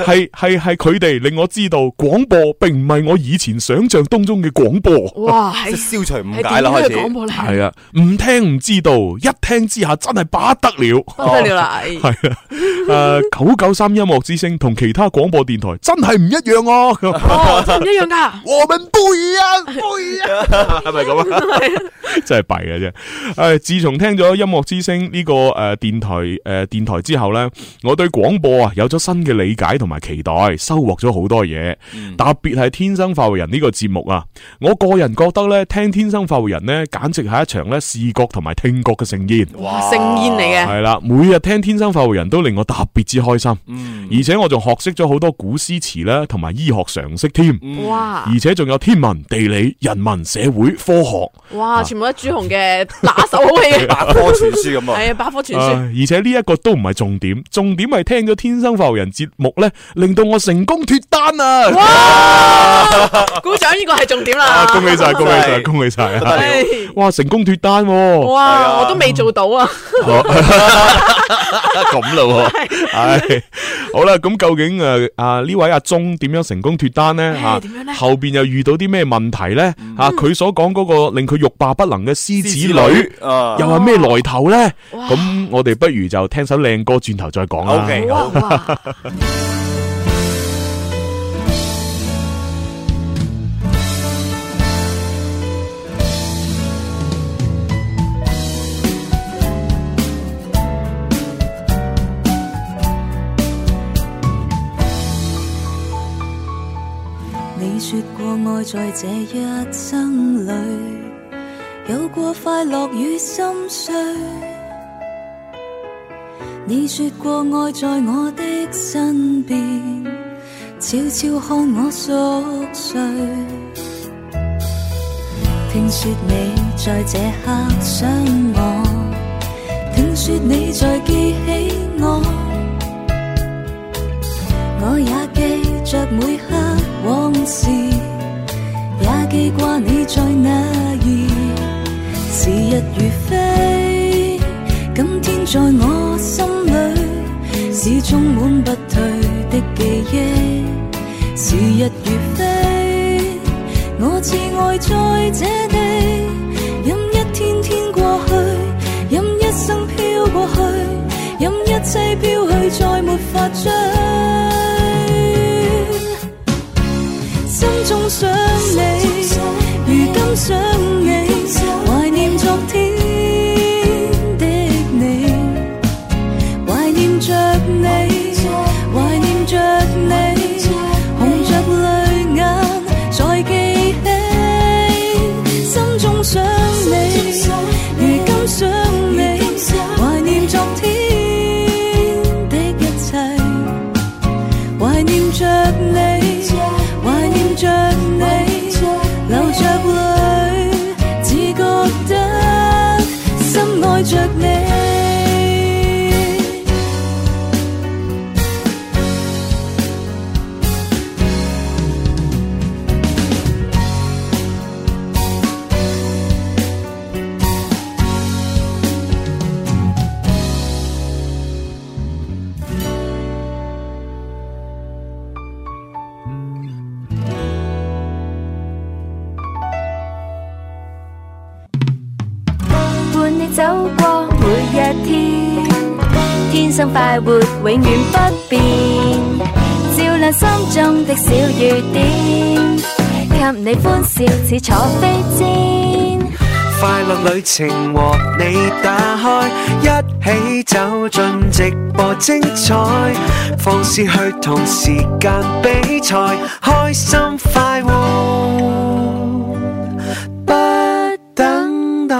Speaker 3: 系系系佢哋令我知道廣播並唔係我以前想象當中嘅廣播。
Speaker 4: 哇，
Speaker 5: 即
Speaker 4: 係
Speaker 5: 係消除
Speaker 4: 係
Speaker 5: 誤解
Speaker 4: 點
Speaker 5: 啦，開
Speaker 4: 樣
Speaker 5: 始
Speaker 4: 去廣播咧？
Speaker 3: 係啊，唔聽唔知道，一聽之下真係不得了。
Speaker 4: 不得了啦！哎係
Speaker 3: 係啊，诶，九九三音樂之聲同其他廣播電台真係唔一樣哦、啊。
Speaker 4: 哦，真係唔一樣㗎。
Speaker 3: 我们不一样， 不一样，系咪咁啊？真系弊嘅啫。诶，自從聽咗音樂之聲呢、個个诶、电台诶、电台之後呢，我對廣播啊有咗新嘅理解同埋期待，收穫咗好多嘢。特別係《天生發育人》呢個節目啊，我個人覺得呢，聽《天生發育人》呢，簡直係一場呢視覺同埋聽覺嘅盛宴。
Speaker 4: 哇，盛宴嚟嘅，
Speaker 3: 係啦，每日聽《天生發育人》都令我特別之開心，而且我仲學識咗好多古詩詞啦，同埋醫學常識添。
Speaker 4: 哇
Speaker 3: 而且仲有天文、地理、人文、社會、科學，
Speaker 4: 哇，全部都朱紅嘅拿手好
Speaker 3: 哎
Speaker 4: 戲啊！
Speaker 5: 百科全書咁啊，
Speaker 4: 係啊，百科全
Speaker 3: 唉
Speaker 4: 書，
Speaker 3: 而且呢一個都唔係重點，重點係聽咗《天生浮人》節目呢，令到我成功脱單啊！
Speaker 4: 哇！啊鼓掌呢個係重點啦
Speaker 3: 啊！恭喜晒，恭喜晒，
Speaker 5: 真係
Speaker 3: 恭喜晒！
Speaker 5: 得
Speaker 3: 啊
Speaker 5: 了
Speaker 4: 唉
Speaker 3: 哇，成功脱單喎！
Speaker 5: 係
Speaker 4: 哇！
Speaker 5: 啊
Speaker 4: 我都未做到啊！
Speaker 3: 咁咯，唉，好啦，咁究竟诶啊呢位阿鐘點樣成功脱單呢？
Speaker 4: 唉
Speaker 3: 吓
Speaker 4: 點樣，呢嗯
Speaker 3: 后边又遇到啲咩問題呢？吓，佢所講嗰個令佢欲罷不能嘅獅子女。
Speaker 5: 女啊
Speaker 3: 又係咩來頭呢？咁我哋不如就聽首靚歌，轉頭再講啦。
Speaker 5: ，OK，
Speaker 4: 哇
Speaker 5: 好，
Speaker 4: 哇！
Speaker 7: 你说过爱在这一生里，有过快乐与心碎。你说过爱在我的身边，悄悄看我熟睡。听说你在这刻想我，听说你在记起我。我也記着每刻往事，也記掛你在哪兒。時日如飛，今天在我心裏，始終滿不退的記憶。時日如飛，我至愛在這地，任一天天過去，任一生飄過去，任一切飄去，再沒法追。心中想你，如今想你，懷念昨天的你，懷念着你，懷念着你，紅着淚眼再記起，心中想你，如今想你，懷念昨天的一切。懷念着你，懷念着你，流着淚，只覺得深愛着你。
Speaker 9: 伴你走過每一天，天生快活永遠不變，照亮心中的小雨點，給你歡笑似坐飛氈。
Speaker 8: 快樂旅程和你打開，一起走進直播精彩，放肆去同時間比賽，開心快活，不等待。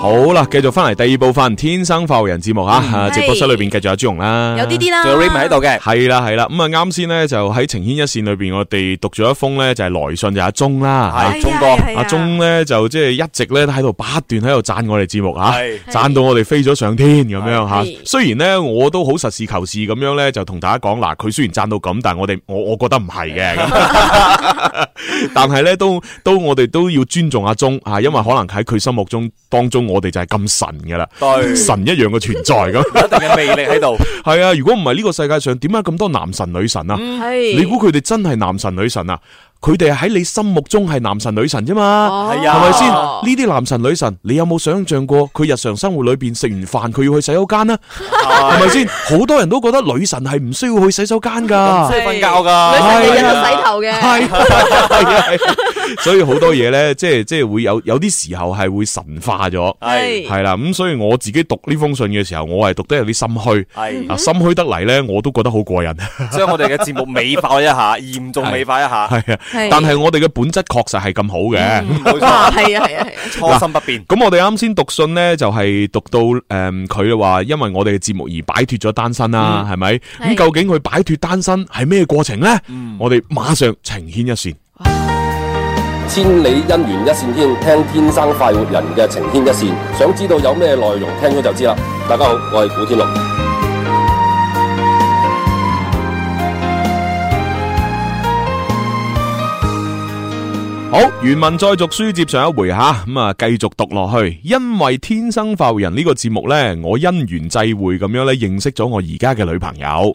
Speaker 3: 好好啦，繼續翻嚟第二部分《天生化為人》節目啊！啊直播室裏邊繼續有朱容啦，
Speaker 4: 嗯有啲啲啦，
Speaker 5: 仲有 Raymond 喺度嘅，
Speaker 3: 系啦系啦，咁啊啱先咧就喺情牽一線裏边，我哋讀咗一封咧就係來信就係阿鐘啦，
Speaker 5: 係
Speaker 4: 係啊，
Speaker 5: 中哥
Speaker 4: 係啊
Speaker 3: 阿鐘咧就即係一直咧喺度不斷喺度讚我哋節目吓，
Speaker 5: 係
Speaker 3: 讚到我哋飛咗上天咁樣吓。
Speaker 4: 係
Speaker 3: 雖然咧我都好實事求是咁樣咧就同大家講嗱，佢雖然讚到咁，但係我哋我我觉得唔係嘅，咁 但係咧都都我哋都要尊重阿鐘啊，因為可能喺佢心目中當中我哋就係咁神噶啦，
Speaker 5: 對
Speaker 3: 神一樣嘅存在咁。
Speaker 5: 一定嘅魅力喺度，
Speaker 3: 係啊，如果唔係呢個世界上點解咁多男神女神啊？
Speaker 4: 係
Speaker 3: 你估佢哋真係男神女神啊？佢哋係喺你心目中係男神女神啫嘛，
Speaker 4: 哦
Speaker 5: 係
Speaker 3: 係
Speaker 5: 啊
Speaker 3: 咪先？呢啲男神女神，你有冇想象過佢日常生活裏边食完飯佢要去洗手間呢？係
Speaker 5: 係
Speaker 3: 咪？先？好多人都覺得女神係唔需要去洗手間
Speaker 4: 哎
Speaker 3: 㗎。
Speaker 5: 即係瞓覺㗎
Speaker 4: 女神日日
Speaker 3: 係
Speaker 4: 都
Speaker 3: 啊
Speaker 4: 洗頭嘅，
Speaker 3: 係係啊係啊所以好多嘢呢，即係即系会有有啲時候係會神化咗，
Speaker 4: 哎
Speaker 5: 係
Speaker 3: 係啦。咁所以我自己讀呢封信嘅時候，我係讀得有啲心虛，
Speaker 5: 係
Speaker 3: 啊心虛得嚟呢，我都覺得好過癮。
Speaker 5: 將我哋嘅節目美化一下，嚴重美化一下，嗯
Speaker 3: 系啊，但係我哋嘅本質確實係咁好嘅。
Speaker 5: 冇
Speaker 4: 哇，
Speaker 5: 錯，
Speaker 4: 係啊係啊係啊，
Speaker 5: 初心不變，
Speaker 3: 咁我哋啱先讀信呢，就係讀到诶，誒佢話因為我哋嘅節目而擺脱咗單身啦，係咪？咁
Speaker 4: 係
Speaker 3: 究竟佢擺脱單身係咩過程呢？我哋馬上呈牽一線。
Speaker 10: 千里姻緣一線牽，聽天生快活人嘅情牽一線。想知道有咩內容，聽咗就知啦。大家好，我係古天樂。
Speaker 3: 好，原文再續書接上一回吓，咁啊繼續讀落去。因為天生化為人呢個節目呢，我因緣際會咁樣呢認識咗我而家嘅女朋友。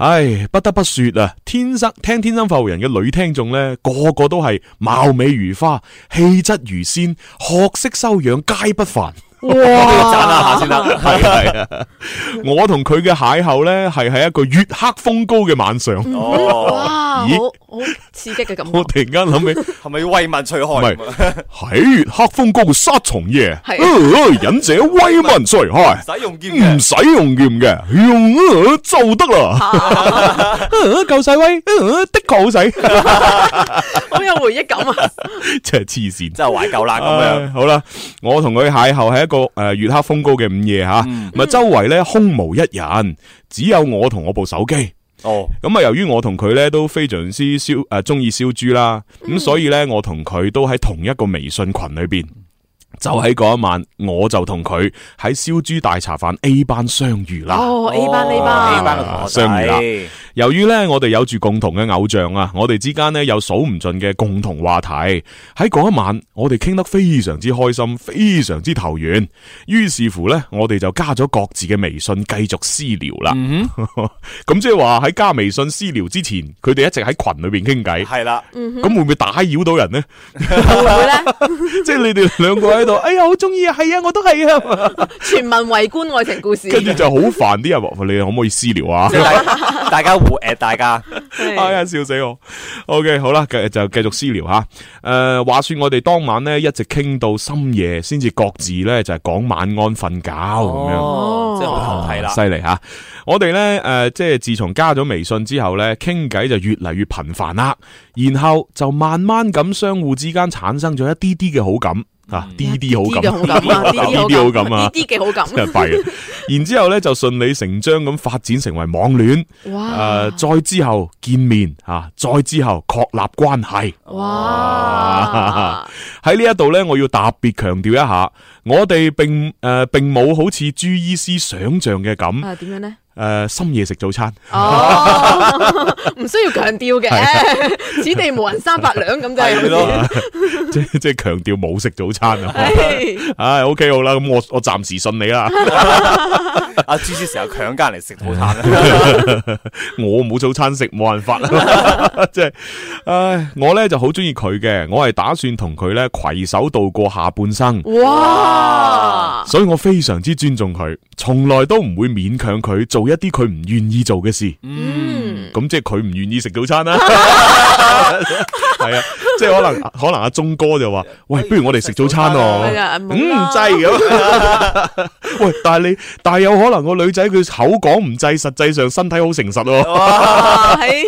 Speaker 3: 唉，不得不說啊，天生聽天生化為人嘅女聽眾呢，個個都係貌美如花、氣質如仙、學識修養皆不凡。
Speaker 5: 都要讚下下先啦，
Speaker 3: 系系啊！ 我同佢嘅邂逅呢，係喺一個月黑風高嘅晚上。
Speaker 5: 哦，
Speaker 4: 哇，好
Speaker 3: 咦
Speaker 4: 好刺激嘅感覺
Speaker 3: 我，突然間諗起。
Speaker 5: 係咪要為民除害？
Speaker 3: 唔喺月黑風高嘅沙蟲夜，
Speaker 4: 係
Speaker 3: 呃忍者威文除害，
Speaker 5: 使用劍
Speaker 3: 唔
Speaker 5: 嘅，
Speaker 3: 使用劍嘅，用呃就得啦。呃夠晒威，呃的確好使，
Speaker 4: 好有回憶感啊！
Speaker 3: 真係黐線。
Speaker 5: 真係懷舊啦咁
Speaker 3: 唉
Speaker 5: 樣，
Speaker 3: 好啦，我同佢邂逅喺一個诶月黑風高嘅午夜吓，咪周圍咧空無一人，只有我同我部手機。
Speaker 5: 哦，
Speaker 3: 咁啊，由於我同佢咧都非常之燒诶中意燒豬啦，咁、所以咧我同佢都喺同一個微信群裏边。就喺嗰一晚，我就同佢喺燒豬大茶飯 A 班相遇啦。
Speaker 4: 哦，A 班 A
Speaker 5: 哦
Speaker 4: 班
Speaker 5: A 班嘅同學
Speaker 3: 相遇啦
Speaker 5: 仔
Speaker 3: 由於咧我哋有住共同嘅偶像啊，我哋之間咧有數唔盡嘅共同話題。喺嗰一晚，我哋傾得非常之開心，非常之投緣。於是乎咧，我哋就加咗各自嘅微信，繼續私聊啦。咁即係話喺加微信私聊之前，佢哋一直喺群裏邊傾偈。
Speaker 5: 係啦，
Speaker 3: 咁會唔會打擾到人呢？
Speaker 4: 會唔會咧？
Speaker 3: 即係你哋兩個喺度，哎呀，好中意啊，係啊，我都係啊，
Speaker 4: 全民圍觀愛情故事，
Speaker 3: 跟住就好煩啲人話，你可唔可以私聊啊
Speaker 5: 即？係大大家互 at 大家，
Speaker 4: 係
Speaker 3: 哎呀，笑死我！OK，好啦，繼就繼續私聊吓。誒、話說我哋當晚咧一直傾到深夜，先至各自咧就係、講晚安瞓覺咁樣。
Speaker 5: 哦，即係好頭睇啦
Speaker 3: 犀，利吓！我哋咧誒，即係自從加咗微信之後咧，傾偈就越嚟越頻繁啦。然後就慢慢咁相互之間產生咗一啲啲嘅好感啊，啲 啲好
Speaker 4: 嗯啲嘅
Speaker 3: 感
Speaker 4: 好。感啊，
Speaker 3: 啲
Speaker 4: 啲
Speaker 3: 啲好
Speaker 4: 啲
Speaker 3: 感啊
Speaker 4: 啲嘅好
Speaker 3: 真系弊
Speaker 4: 感，
Speaker 3: 啊！然之后咧就順理成章咁發展成為網戀，诶、
Speaker 4: 哇
Speaker 3: 呃再之後見面吓、啊再之後確立關係。
Speaker 4: 哇！
Speaker 3: 喺呢一度咧，我要特別強調一下，我哋並诶、呃、并冇好似朱醫師想象嘅咁，
Speaker 4: 啊，點樣咧？
Speaker 3: 诶、深夜食早餐，
Speaker 4: 哦， 唔需要強調嘅， 此地無銀三百兩咁就
Speaker 5: 係咯
Speaker 4: 係。
Speaker 3: 即即系强调冇食早餐啊！
Speaker 4: 係
Speaker 3: 唉、o k 好啦，咁我我暂时信你啦，
Speaker 5: 阿朱朱成日強姦嚟食套餐啊啦。
Speaker 3: 我冇早餐食，冇辦法 啦，即係，唉，我咧就好中意佢嘅，我係打算同佢咧携手度過下半生。
Speaker 4: 哇！
Speaker 3: 所以我非常之尊重佢，從來都唔會勉強佢做一啲佢唔願意做嘅事。
Speaker 4: 嗯，
Speaker 3: 咁即係佢唔願意食早餐啦。係啊，即係可能可能阿鐘哥就話：，喂，不如我哋食早餐
Speaker 4: 係
Speaker 3: 咯。
Speaker 4: 啊，
Speaker 3: 嗯，
Speaker 4: 唔
Speaker 3: 唔制咁。 喂，但係你，但係有可能個女仔佢口講唔制，實際上身體好誠實喎。
Speaker 4: 哦哇，係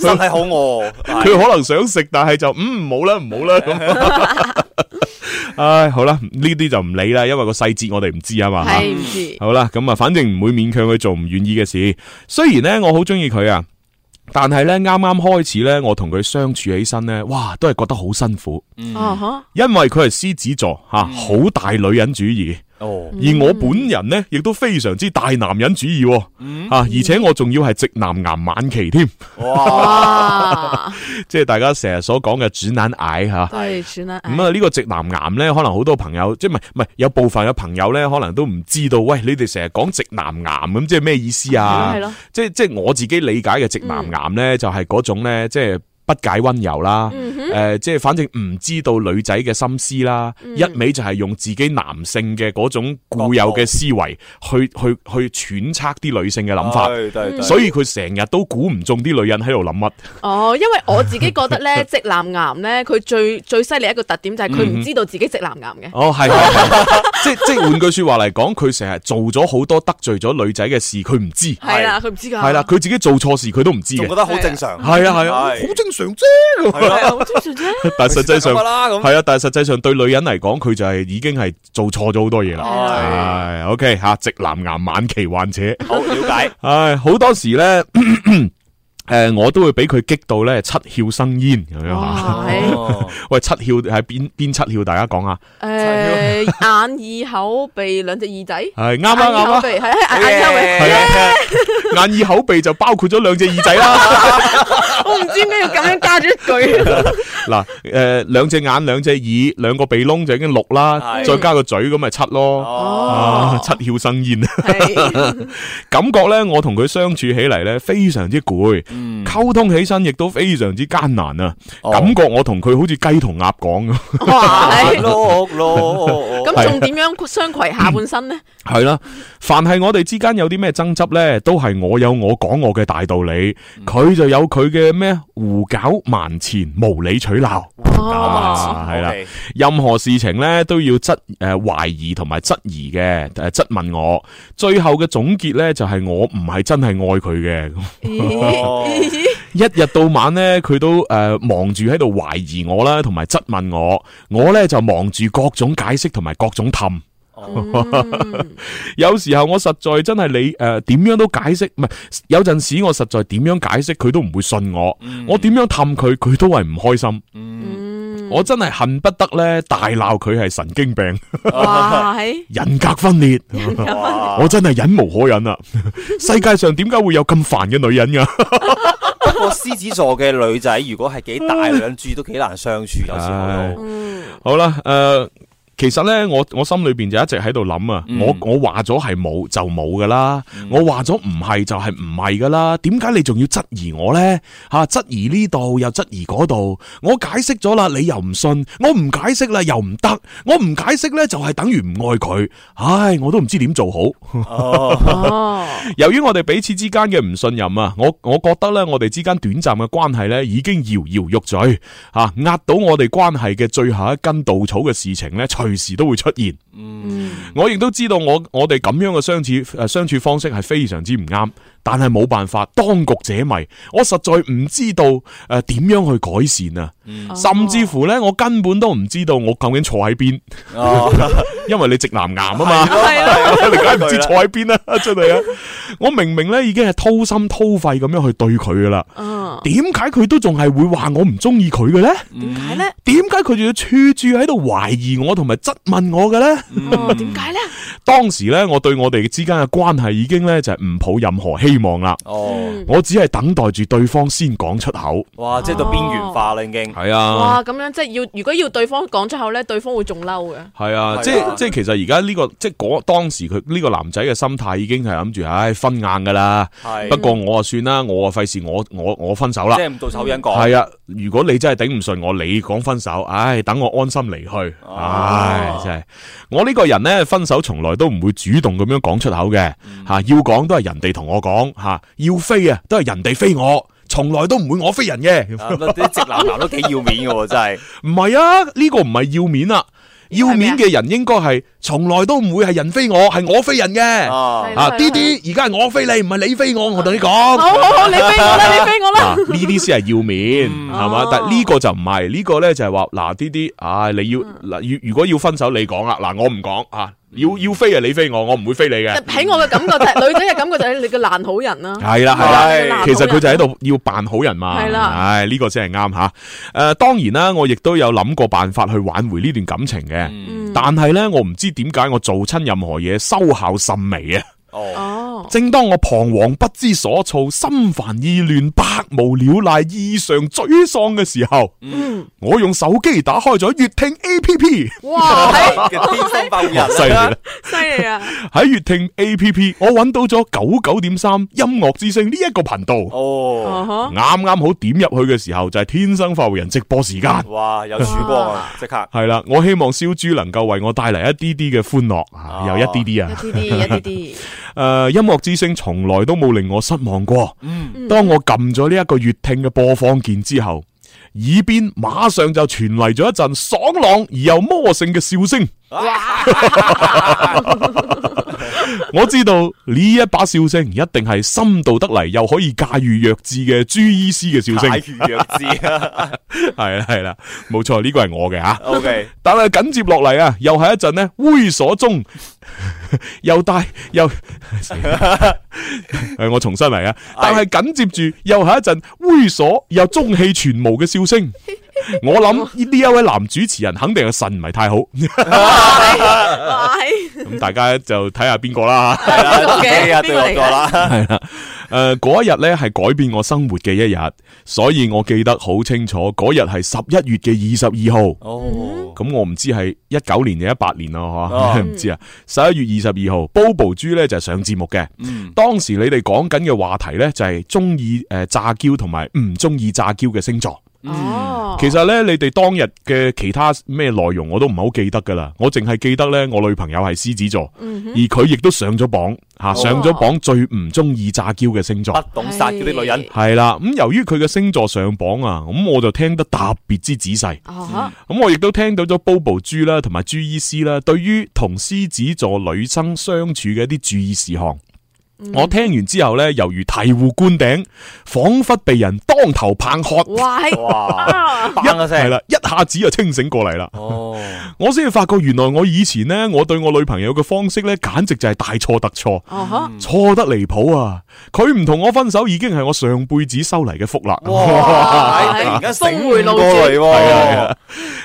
Speaker 5: 身體好餓，
Speaker 3: 佢可能想食，但係就嗯冇啦，唔好啦咁。唉，好啦，呢啲就唔理啦，因為個細節我哋唔知啊嘛。
Speaker 4: 係唔知
Speaker 3: 好啦，咁啊，反正唔會勉強佢做唔願意嘅事。雖然呢，我好中意佢啊。但係呢，啱啱開始呢，我同佢相處起身呢，哇，都係覺得好辛苦。
Speaker 4: 哦
Speaker 3: 因為佢係獅子座吓，好、大女人主義。
Speaker 5: 哦，
Speaker 3: 而我本人呢，亦都非常之大男人主義喎，啊，而且我仲要係直男癌晚期添，
Speaker 4: 哇，
Speaker 3: 即係大家成日所講嘅直男癌吓。
Speaker 4: 對，算啦。
Speaker 3: 咁啊，呢個直男癌呢，可能好多朋友即係唔係唔係有部分嘅朋友呢，可能都唔知道，喂，你哋成日講直男癌咁，即係咩意思啊？
Speaker 2: 係咯係咯
Speaker 3: 即係即係我自己理解嘅直男癌呢，就係嗰種呢，即係。不解温柔啦，
Speaker 2: 嗯
Speaker 3: 誒、
Speaker 2: 哼
Speaker 3: 即係反正唔知道女仔嘅心思啦，
Speaker 2: 嗯
Speaker 3: 一味就係用自己男性嘅嗰種固有嘅思維去去去揣測啲女性嘅諗法，
Speaker 5: 對對對
Speaker 3: 所以佢成日都估唔中啲女人喺度諗乜。
Speaker 4: 哦，因為我自己覺 得咧，直男癌咧，佢最最犀利一個特點就係佢
Speaker 3: 嗯
Speaker 4: 唔知道自己直男癌嘅。
Speaker 3: 哦，係係，係 即即換句说話嚟講，佢成日做咗好多得罪咗女仔嘅事，佢唔知。
Speaker 4: 係啦，佢唔知㗎。
Speaker 3: 係啦，佢自己做錯事，佢都唔知嘅。
Speaker 5: 仲覺得好正常
Speaker 3: 係啊係啊，
Speaker 5: 係
Speaker 3: 好正常啫。
Speaker 5: 係啊
Speaker 4: 好正常啫。
Speaker 3: 但係實際上
Speaker 5: 咪就係咁㗎啦咁
Speaker 3: 係啊，但係實際上對女人嚟講，佢就係已經係做錯咗好多嘢啦。係 OK 吓，直男癌晚期患者。
Speaker 5: 好了解。
Speaker 3: 唉，好多時咧。 诶、我都會俾佢激到咧七竅生煙咁樣
Speaker 4: 哎
Speaker 3: 吓。
Speaker 5: 哦
Speaker 3: 喂，七竅係邊邊七竅？大家講下。
Speaker 4: 誒，眼耳口鼻兩隻耳仔。
Speaker 3: 係啱啊啱啊
Speaker 4: 眼耳口鼻係係眼耳口鼻。
Speaker 3: 係啊，眼耳口鼻就包括咗兩隻耳仔啦。
Speaker 4: 我唔知點解要咁樣加咗 一句。
Speaker 3: 嗱，诶，兩隻眼、兩隻耳、兩個鼻窿就已經六啦，
Speaker 4: 係
Speaker 3: 再加個嘴咁咪七咯。
Speaker 5: 哦
Speaker 4: 哦
Speaker 3: 啊， 七竅生煙。 感覺咧，我同佢相處起嚟咧，非常之攰，溝通起身亦都非常之艱難啊。感覺我同佢好似雞同鴨講咁。
Speaker 5: 啊哦碌碌
Speaker 4: 哎咁仲點樣相攜下半身咧？
Speaker 3: 系啦，凡係我哋之間有啲咩爭執呢，都係我有我講我嘅大道理，佢就有佢嘅咩胡搞蠻纏、無理取鬧。啊，系啦
Speaker 2: OK，
Speaker 3: 任何事情呢都要質诶懷疑同埋質疑嘅诶質問我。最後嘅總結呢，就係我唔係真係愛佢嘅。
Speaker 5: 哦
Speaker 3: 一日到晚呢，佢都诶忙住喺度懷疑我啦，同埋質問我。我呢就忙住各種解釋同埋各種氹。 有時候我實在真係你诶點樣都解釋，唔係有陣時我實在點樣解釋佢都唔會信我，我點樣氹佢佢都係唔開心。我真係恨不得咧大鬧佢係神經病，
Speaker 4: 哇 係
Speaker 3: 人格分裂，
Speaker 4: 格分裂
Speaker 3: 我真係忍無可忍啦！世界上點解會有咁煩嘅女人噶？
Speaker 5: 不過獅子座嘅女仔，如果係幾大女人主義，都幾難相處，有時
Speaker 3: 唉
Speaker 5: 我
Speaker 3: 好啦，诶、其實咧，我我心裏边就一直喺度諗啊，
Speaker 5: 嗯
Speaker 3: 我我话咗係冇就冇噶啦，我話咗唔係就係唔係噶啦，點解你仲要質疑我呢？吓、質疑呢度又質疑嗰度，我解釋咗啦，你又唔信，我唔解釋啦又唔得，我唔解釋呢就係等於唔愛佢，唉，我都唔知點做好。由於我哋彼此之間嘅唔信任啊，我我觉得咧，我哋之間短暫嘅關係咧已經搖搖欲墜啊，壓到我哋關係嘅最後一根稻草嘅事情咧，隨時都會出現。我亦都知道我我哋咁樣嘅相處诶相处方式係非常之唔啱，但係冇辦法，當局者迷，我實在唔知道诶点、樣去改善啊，甚至乎咧我根本都唔知道我究竟錯喺邊，
Speaker 5: 哦
Speaker 3: 因為你直男癌啊嘛，
Speaker 2: 係咯
Speaker 3: 你梗係唔知錯喺邊啦， 真係啊！我明明咧已經係掏心掏肺咁樣去對佢噶啦。點解佢都仲係會話我唔中意佢嘅咧？點
Speaker 4: 解咧？
Speaker 3: 點解佢仲要處處喺度懷疑我同埋質問我嘅咧？
Speaker 4: 點解咧？
Speaker 3: 當時咧，我對我哋之間嘅關係已經咧就係唔抱任何希望啦。
Speaker 5: 哦，
Speaker 3: 我只係等待住對方先講出口。
Speaker 5: 哇，即係到邊緣化啦已經。
Speaker 3: 係啊
Speaker 4: 哇，咁樣即係要，如果要對方講出口咧，對方會仲嬲嘅。
Speaker 3: 系啊，即系即系，其實而家呢個即系嗰當時佢呢個男仔嘅心態已經係諗住，唉，分硬噶啦
Speaker 5: 係。
Speaker 3: 不過我啊算啦，我啊費事我我我分手啦。
Speaker 5: 即係唔到手人講
Speaker 3: 系啊，如果你真係頂唔順我，你講分手，唉，等我安心離去。唉，真係我呢個人呢，分手從來都唔會主動咁樣講出口嘅。吓，要講都係人哋同我講吓，要飛啊都係人哋飛我，從來都唔會我飛人嘅。
Speaker 5: 啊啲直男男都幾要面嘅喎，真係。
Speaker 3: 唔係啊，呢、個唔係要面啊，要面嘅人應該係從來都唔會係人飛我，係我飛人嘅。啊，啲啲而家係我飛你，唔係你飛我，我同你講。好
Speaker 4: 好好你飛 我啦你飛 我啦
Speaker 3: 啊呢啲先係要面，係
Speaker 4: 哦
Speaker 3: 嘛？但呢個就唔係，呢個咧就係話嗱，啲啲，唉，你
Speaker 4: 嗯
Speaker 3: 要嗱，如如果要分手，你講啦，嗱，我唔講啊，要要飛啊，你飛我，我唔會飛你嘅。
Speaker 4: 喺我嘅感覺就係女仔嘅感覺就係你個爛好人啦。
Speaker 3: 系啦系啦，
Speaker 4: 係啊
Speaker 3: 其實佢就喺度要扮好人嘛。
Speaker 4: 係啦
Speaker 3: 唉，呢個先係啱吓。诶，当然啦，我亦都有諗過辦法去挽回呢段感情嘅，
Speaker 4: 嗯
Speaker 3: 但係咧，我唔知點解我做親任何嘢收效甚微啊。
Speaker 4: 哦，
Speaker 3: 正當我彷徨不知所措、心煩意亂、百無了賴、異常沮喪嘅時候，
Speaker 4: 嗯，
Speaker 3: 我用手機打開咗粵聽 A P P，
Speaker 4: 哇，喺
Speaker 3: 哇犀利啦！
Speaker 4: 犀利啊！
Speaker 3: 喺粵聽 A P P，我揾到咗九九點三音樂之聲呢一個頻道。
Speaker 4: 啊哈
Speaker 3: 哦啱啱好點入去嘅時候就係天生發育人直播時間。
Speaker 5: 哇，有曙光啊！即刻
Speaker 3: 係啦，我希望燒豬能夠為我帶嚟一啲啲嘅歡樂，啊又一啲啲啊，
Speaker 4: 一啲啲一啲啲。
Speaker 3: 诶、呃音樂之聲從來都冇令我失望過。
Speaker 4: 嗯
Speaker 3: 當我撳咗呢一個粵聽嘅播放鍵之後，耳邊馬上就傳嚟咗一陣爽朗而又魔性嘅笑聲。我知道呢一把笑聲一定係深度得嚟，又可以駕馭弱智嘅朱醫師嘅笑聲。
Speaker 5: 解 如弱 智啊！
Speaker 3: 係啦係啦，冇錯，呢個係我嘅啊吓。
Speaker 5: OK
Speaker 3: 但係緊接落嚟啊，又係一陣呢猥瑣中 又帶又，死啦誒我重新嚟啊！但係緊接住又係一陣猥瑣又中氣全無嘅笑聲。我諗呢一位男主持人肯定係腎唔係太好，咁大家就睇下邊個啦。
Speaker 5: 係啦，
Speaker 4: 嘅
Speaker 5: 呢日對我過啦。
Speaker 3: 系啦，诶、嗰一日咧系改變我生活嘅一日，所以我記得好清楚，嗰日係十一月嘅二十二號。
Speaker 5: 哦，
Speaker 3: 咁我唔知係一九年定一八年咯，
Speaker 5: 哦
Speaker 3: 吓 唔知啊。十一月二十二號，Bobo 豬咧就係上節目嘅。
Speaker 5: 嗯，
Speaker 3: 當時你哋講緊嘅話題咧就係中意诶炸嬌同埋唔中意炸嬌嘅星座。
Speaker 4: 哦，
Speaker 3: 其實咧，你哋當日嘅其他咩內容我都唔係好記得噶啦，我淨係記得咧，我女朋友係獅子座，
Speaker 5: 嗯
Speaker 3: 而佢亦都上咗榜吓，上咗榜最唔中意炸嬌嘅星座。
Speaker 5: 哦不懂殺嗰啲女人。
Speaker 3: 系啦，咁由於佢嘅星座上榜啊，咁我就聽得特別之仔細。
Speaker 4: 啊
Speaker 3: 咁我亦都聽到咗 Bobo 豬啦，同埋朱醫師啦，對於同獅子座女生相處嘅一啲注意事項。我聽完之後呢，猶如醍醐灌頂，彷彿被人當頭棒喝，
Speaker 4: 哇，係
Speaker 5: 哇，
Speaker 4: 啊，
Speaker 5: 砰一
Speaker 3: 係
Speaker 5: 聲。
Speaker 3: 啦，一下子就清醒過嚟啦。
Speaker 5: 哦，
Speaker 3: 我先至發覺，原來我以前呢，我對我女朋友嘅方式呢，簡直就係大錯特錯，
Speaker 4: 哦呵，
Speaker 3: 錯得離譜啊！佢唔同我分手，已經係我上輩子收嚟嘅福啦。
Speaker 5: 哇！突然間醒
Speaker 4: 峰回路
Speaker 5: 過嚟
Speaker 4: 轉
Speaker 3: 係
Speaker 5: 喎
Speaker 3: 啊。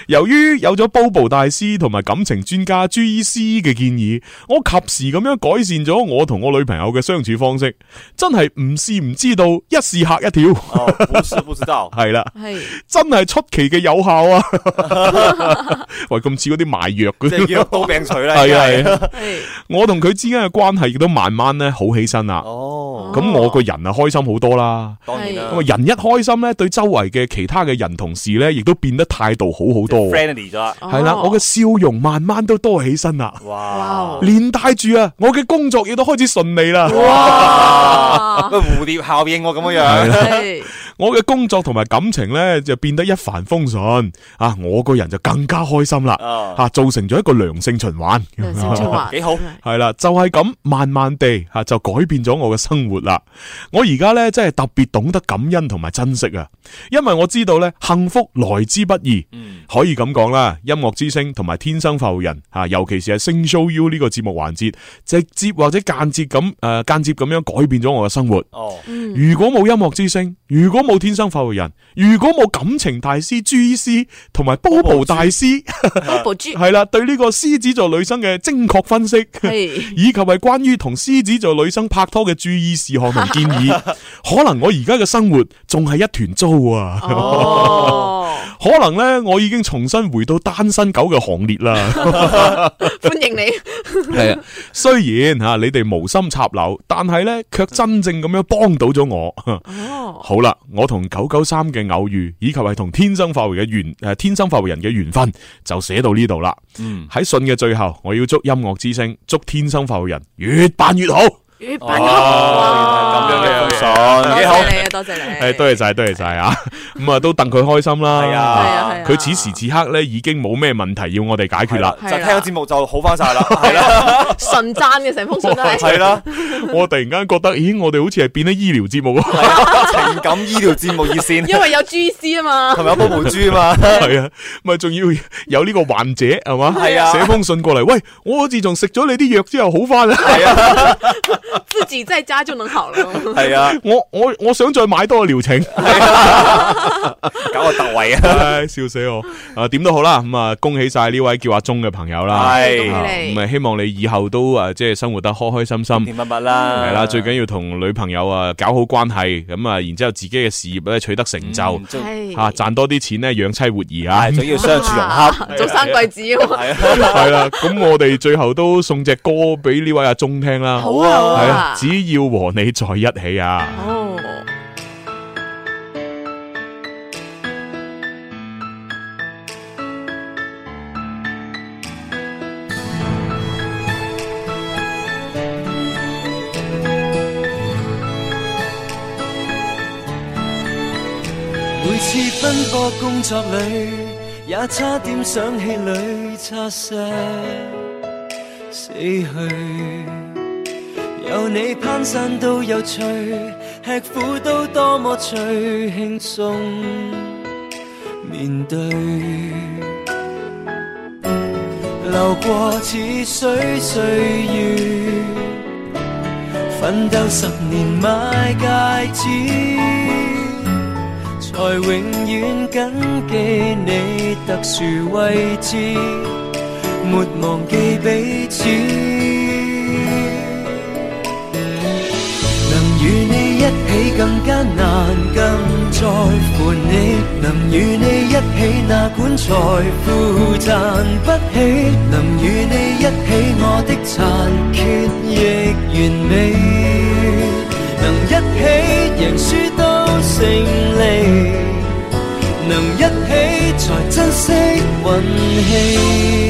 Speaker 3: 由於有咗 Bobo 大師同埋感情專家朱醫師嘅建議，我及時咁樣改善咗我同我女朋友嘅相處方式，真係唔試唔知道，一試嚇一跳，。
Speaker 5: 哦，不是不知道
Speaker 3: 係啦，
Speaker 4: 係
Speaker 3: 真係出奇嘅有效啊！ 喂，咁似嗰啲賣藥嗰
Speaker 5: 即係
Speaker 3: 啲。
Speaker 5: 叫刀病除啦，
Speaker 3: 係啊
Speaker 5: 已經
Speaker 3: 係啊，
Speaker 4: 係
Speaker 3: 我同佢之間嘅關係亦都慢慢咧好起身啦。
Speaker 5: 哦，嗯
Speaker 3: 咁我個人啊開心好多啦。
Speaker 4: 哎
Speaker 5: 當然啦
Speaker 3: 咁啊，人一開心咧，對周圍嘅其他嘅人同事咧，亦都變得態度好好多喎。
Speaker 5: friendly 咗啦，
Speaker 4: 哦
Speaker 3: 系啦，我嘅笑容慢慢都多起身啦，
Speaker 5: 哇！
Speaker 3: 連帶住啊，我嘅工作亦都開始順利啦。
Speaker 5: 哦哇！喂，啊蝴蝶效應喎，咁樣
Speaker 3: 啊
Speaker 5: 樣，
Speaker 4: 係
Speaker 3: 我嘅工作同埋感情呢，就變得一帆風順啊！我個人就更加開心啦，
Speaker 5: 啊
Speaker 3: 吓造成咗一個良性循環。
Speaker 4: 梁少聰啊，
Speaker 5: 幾好
Speaker 3: 係啦，就係咁，慢慢地吓就改變咗我嘅生活啦。我而家呢，真係特別懂得感恩同埋珍惜啊，因為我知道呢，幸福來之不易，可以咁講啦。音樂之聲同埋天生浮人吓，尤其是係星 show you 呢個節目環節，直接或者間接咁诶、呃間接咁樣改變咗我嘅生活。
Speaker 5: 哦，
Speaker 4: 嗯
Speaker 3: 如果冇音樂之聲，如果冇天生發育人，如果冇感情大師朱醫師同埋 Bobo 大師，
Speaker 4: ，Bobo 豬
Speaker 3: 係啦，對呢個獅子座女生嘅精確分析，
Speaker 4: 係
Speaker 3: 以及係關於同獅子座女生拍拖嘅注意事項同建議，可能我而家嘅生活仲係一團糟啊！
Speaker 4: 哦，
Speaker 3: 可能呢，我已經重新回到單身狗嘅行列啦。
Speaker 4: 歡迎你，
Speaker 3: 係啊，雖然吓你哋無心插柳，但係呢，卻真正咁樣幫到咗我。
Speaker 4: 哦，
Speaker 3: 好啦，我同九九三嘅偶遇，以及係同天生發回嘅緣诶，天生發回人嘅緣分，就寫到呢度啦。喺信嘅最後，我要祝音樂之聲，祝天生發回人越辦越好。
Speaker 4: 咦
Speaker 3: 哦
Speaker 4: 品學啊
Speaker 3: 原來咁樣嘅
Speaker 4: 多
Speaker 3: 封信幾好
Speaker 4: 謝你啊，多謝你。
Speaker 3: 诶，多謝晒，多謝晒啊！ 咁啊，都戥佢開心啦。
Speaker 5: 係啊係啊係啊
Speaker 3: 佢此時此刻咧已經冇咩問題要我哋解決啦。
Speaker 5: 就聽咗節目就好 翻晒啦，係啦，
Speaker 4: 純讚嘅成封信都係。
Speaker 5: 係啦。
Speaker 3: 我突然間覺得，咦，我哋好似係變咗醫療節目 啊！
Speaker 5: 情感醫療節目熱 線，
Speaker 4: 因為有 G C 啊嘛。
Speaker 5: 同埋有波毛豬啊嘛，
Speaker 3: 係啊，咪仲要有呢個患者係嘛？
Speaker 5: 係啊
Speaker 3: 寫封信過嚟，喂，我自從食咗你啲藥之後好啊翻啦。
Speaker 5: 啊
Speaker 4: 自己在家就能好了。
Speaker 3: 係啊， 我我我想再買多個療程。
Speaker 5: 搞個特惠啊！
Speaker 3: 唉，笑死我！啊，點都好啦，咁啊，恭喜晒呢位叫阿鐘嘅朋友啦，
Speaker 5: 係
Speaker 3: 啊
Speaker 5: 恭喜你
Speaker 3: 咁啊，希望你以後都啊，即係生活得開開心心，
Speaker 5: 甜蜜蜜啦
Speaker 3: 係啦，最緊要同女朋友啊搞好關係，咁啊，然之後自己嘅事業咧取得成就，
Speaker 4: 係
Speaker 3: 啊，賺多啲錢咧養妻活兒啊，
Speaker 5: 嗯仲要相處融洽啊
Speaker 4: 做三貴子
Speaker 5: 哎
Speaker 4: 喎，
Speaker 3: 係啦，咁我哋最後都送隻歌俾呢位阿鐘聽啦，
Speaker 4: 好啊好啊
Speaker 3: 係只要和你在一起啊，
Speaker 4: 哦，
Speaker 11: 每次奔波工作里，也差點想氣裏擦些死去。有你攀山都有趣，吃苦都多麼趣，輕鬆面對。流過似水歲月，奮鬥十年買戒指。才永遠謹記你特殊位置，沒忘記彼此。能與你一起更艱難，更在乎你。能與你一起，哪管財富賺不起。能與你一起，我的殘缺亦完美。能一起贏輸都勝利，能一起才珍惜運氣。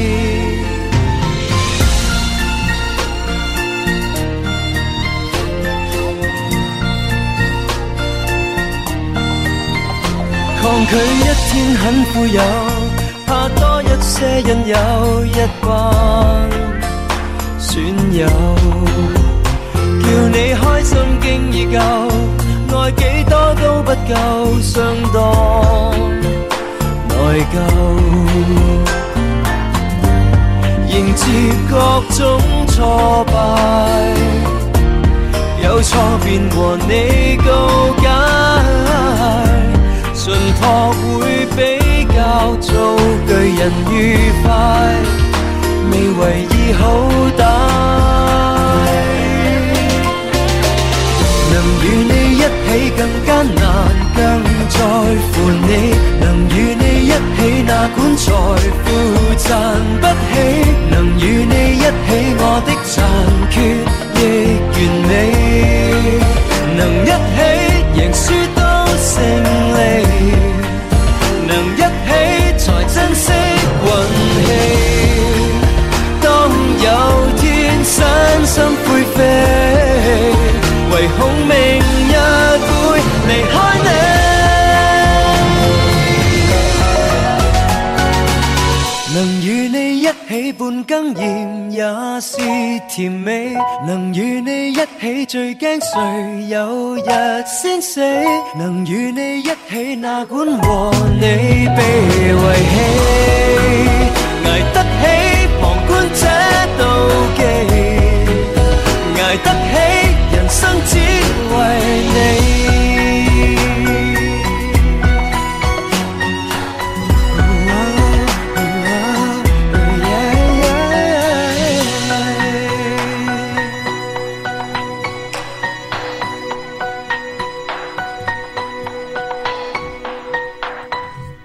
Speaker 11: 抗拒一天很富有，怕多一些引誘，一班損友。叫你開心經已夠，愛幾多都不夠，相當內疚。迎接各種挫敗，有錯便和你告解，信託會比較做巨人愉快，未為意好歹。能與你一起更艱難，更在乎你。能與你一起，哪管財富賺不起。能與你一起，我的殘缺亦完美。能一起，贏輸都勝利。能一起，才珍惜運氣。當有天身心灰飛，唯恐明日會離開你。能與你一起半羹鹽也是甜美，能與你一起最驚誰有日先死，能與你一起哪管和你被遺棄。捱得起旁觀者妒忌，捱得起人生只為你。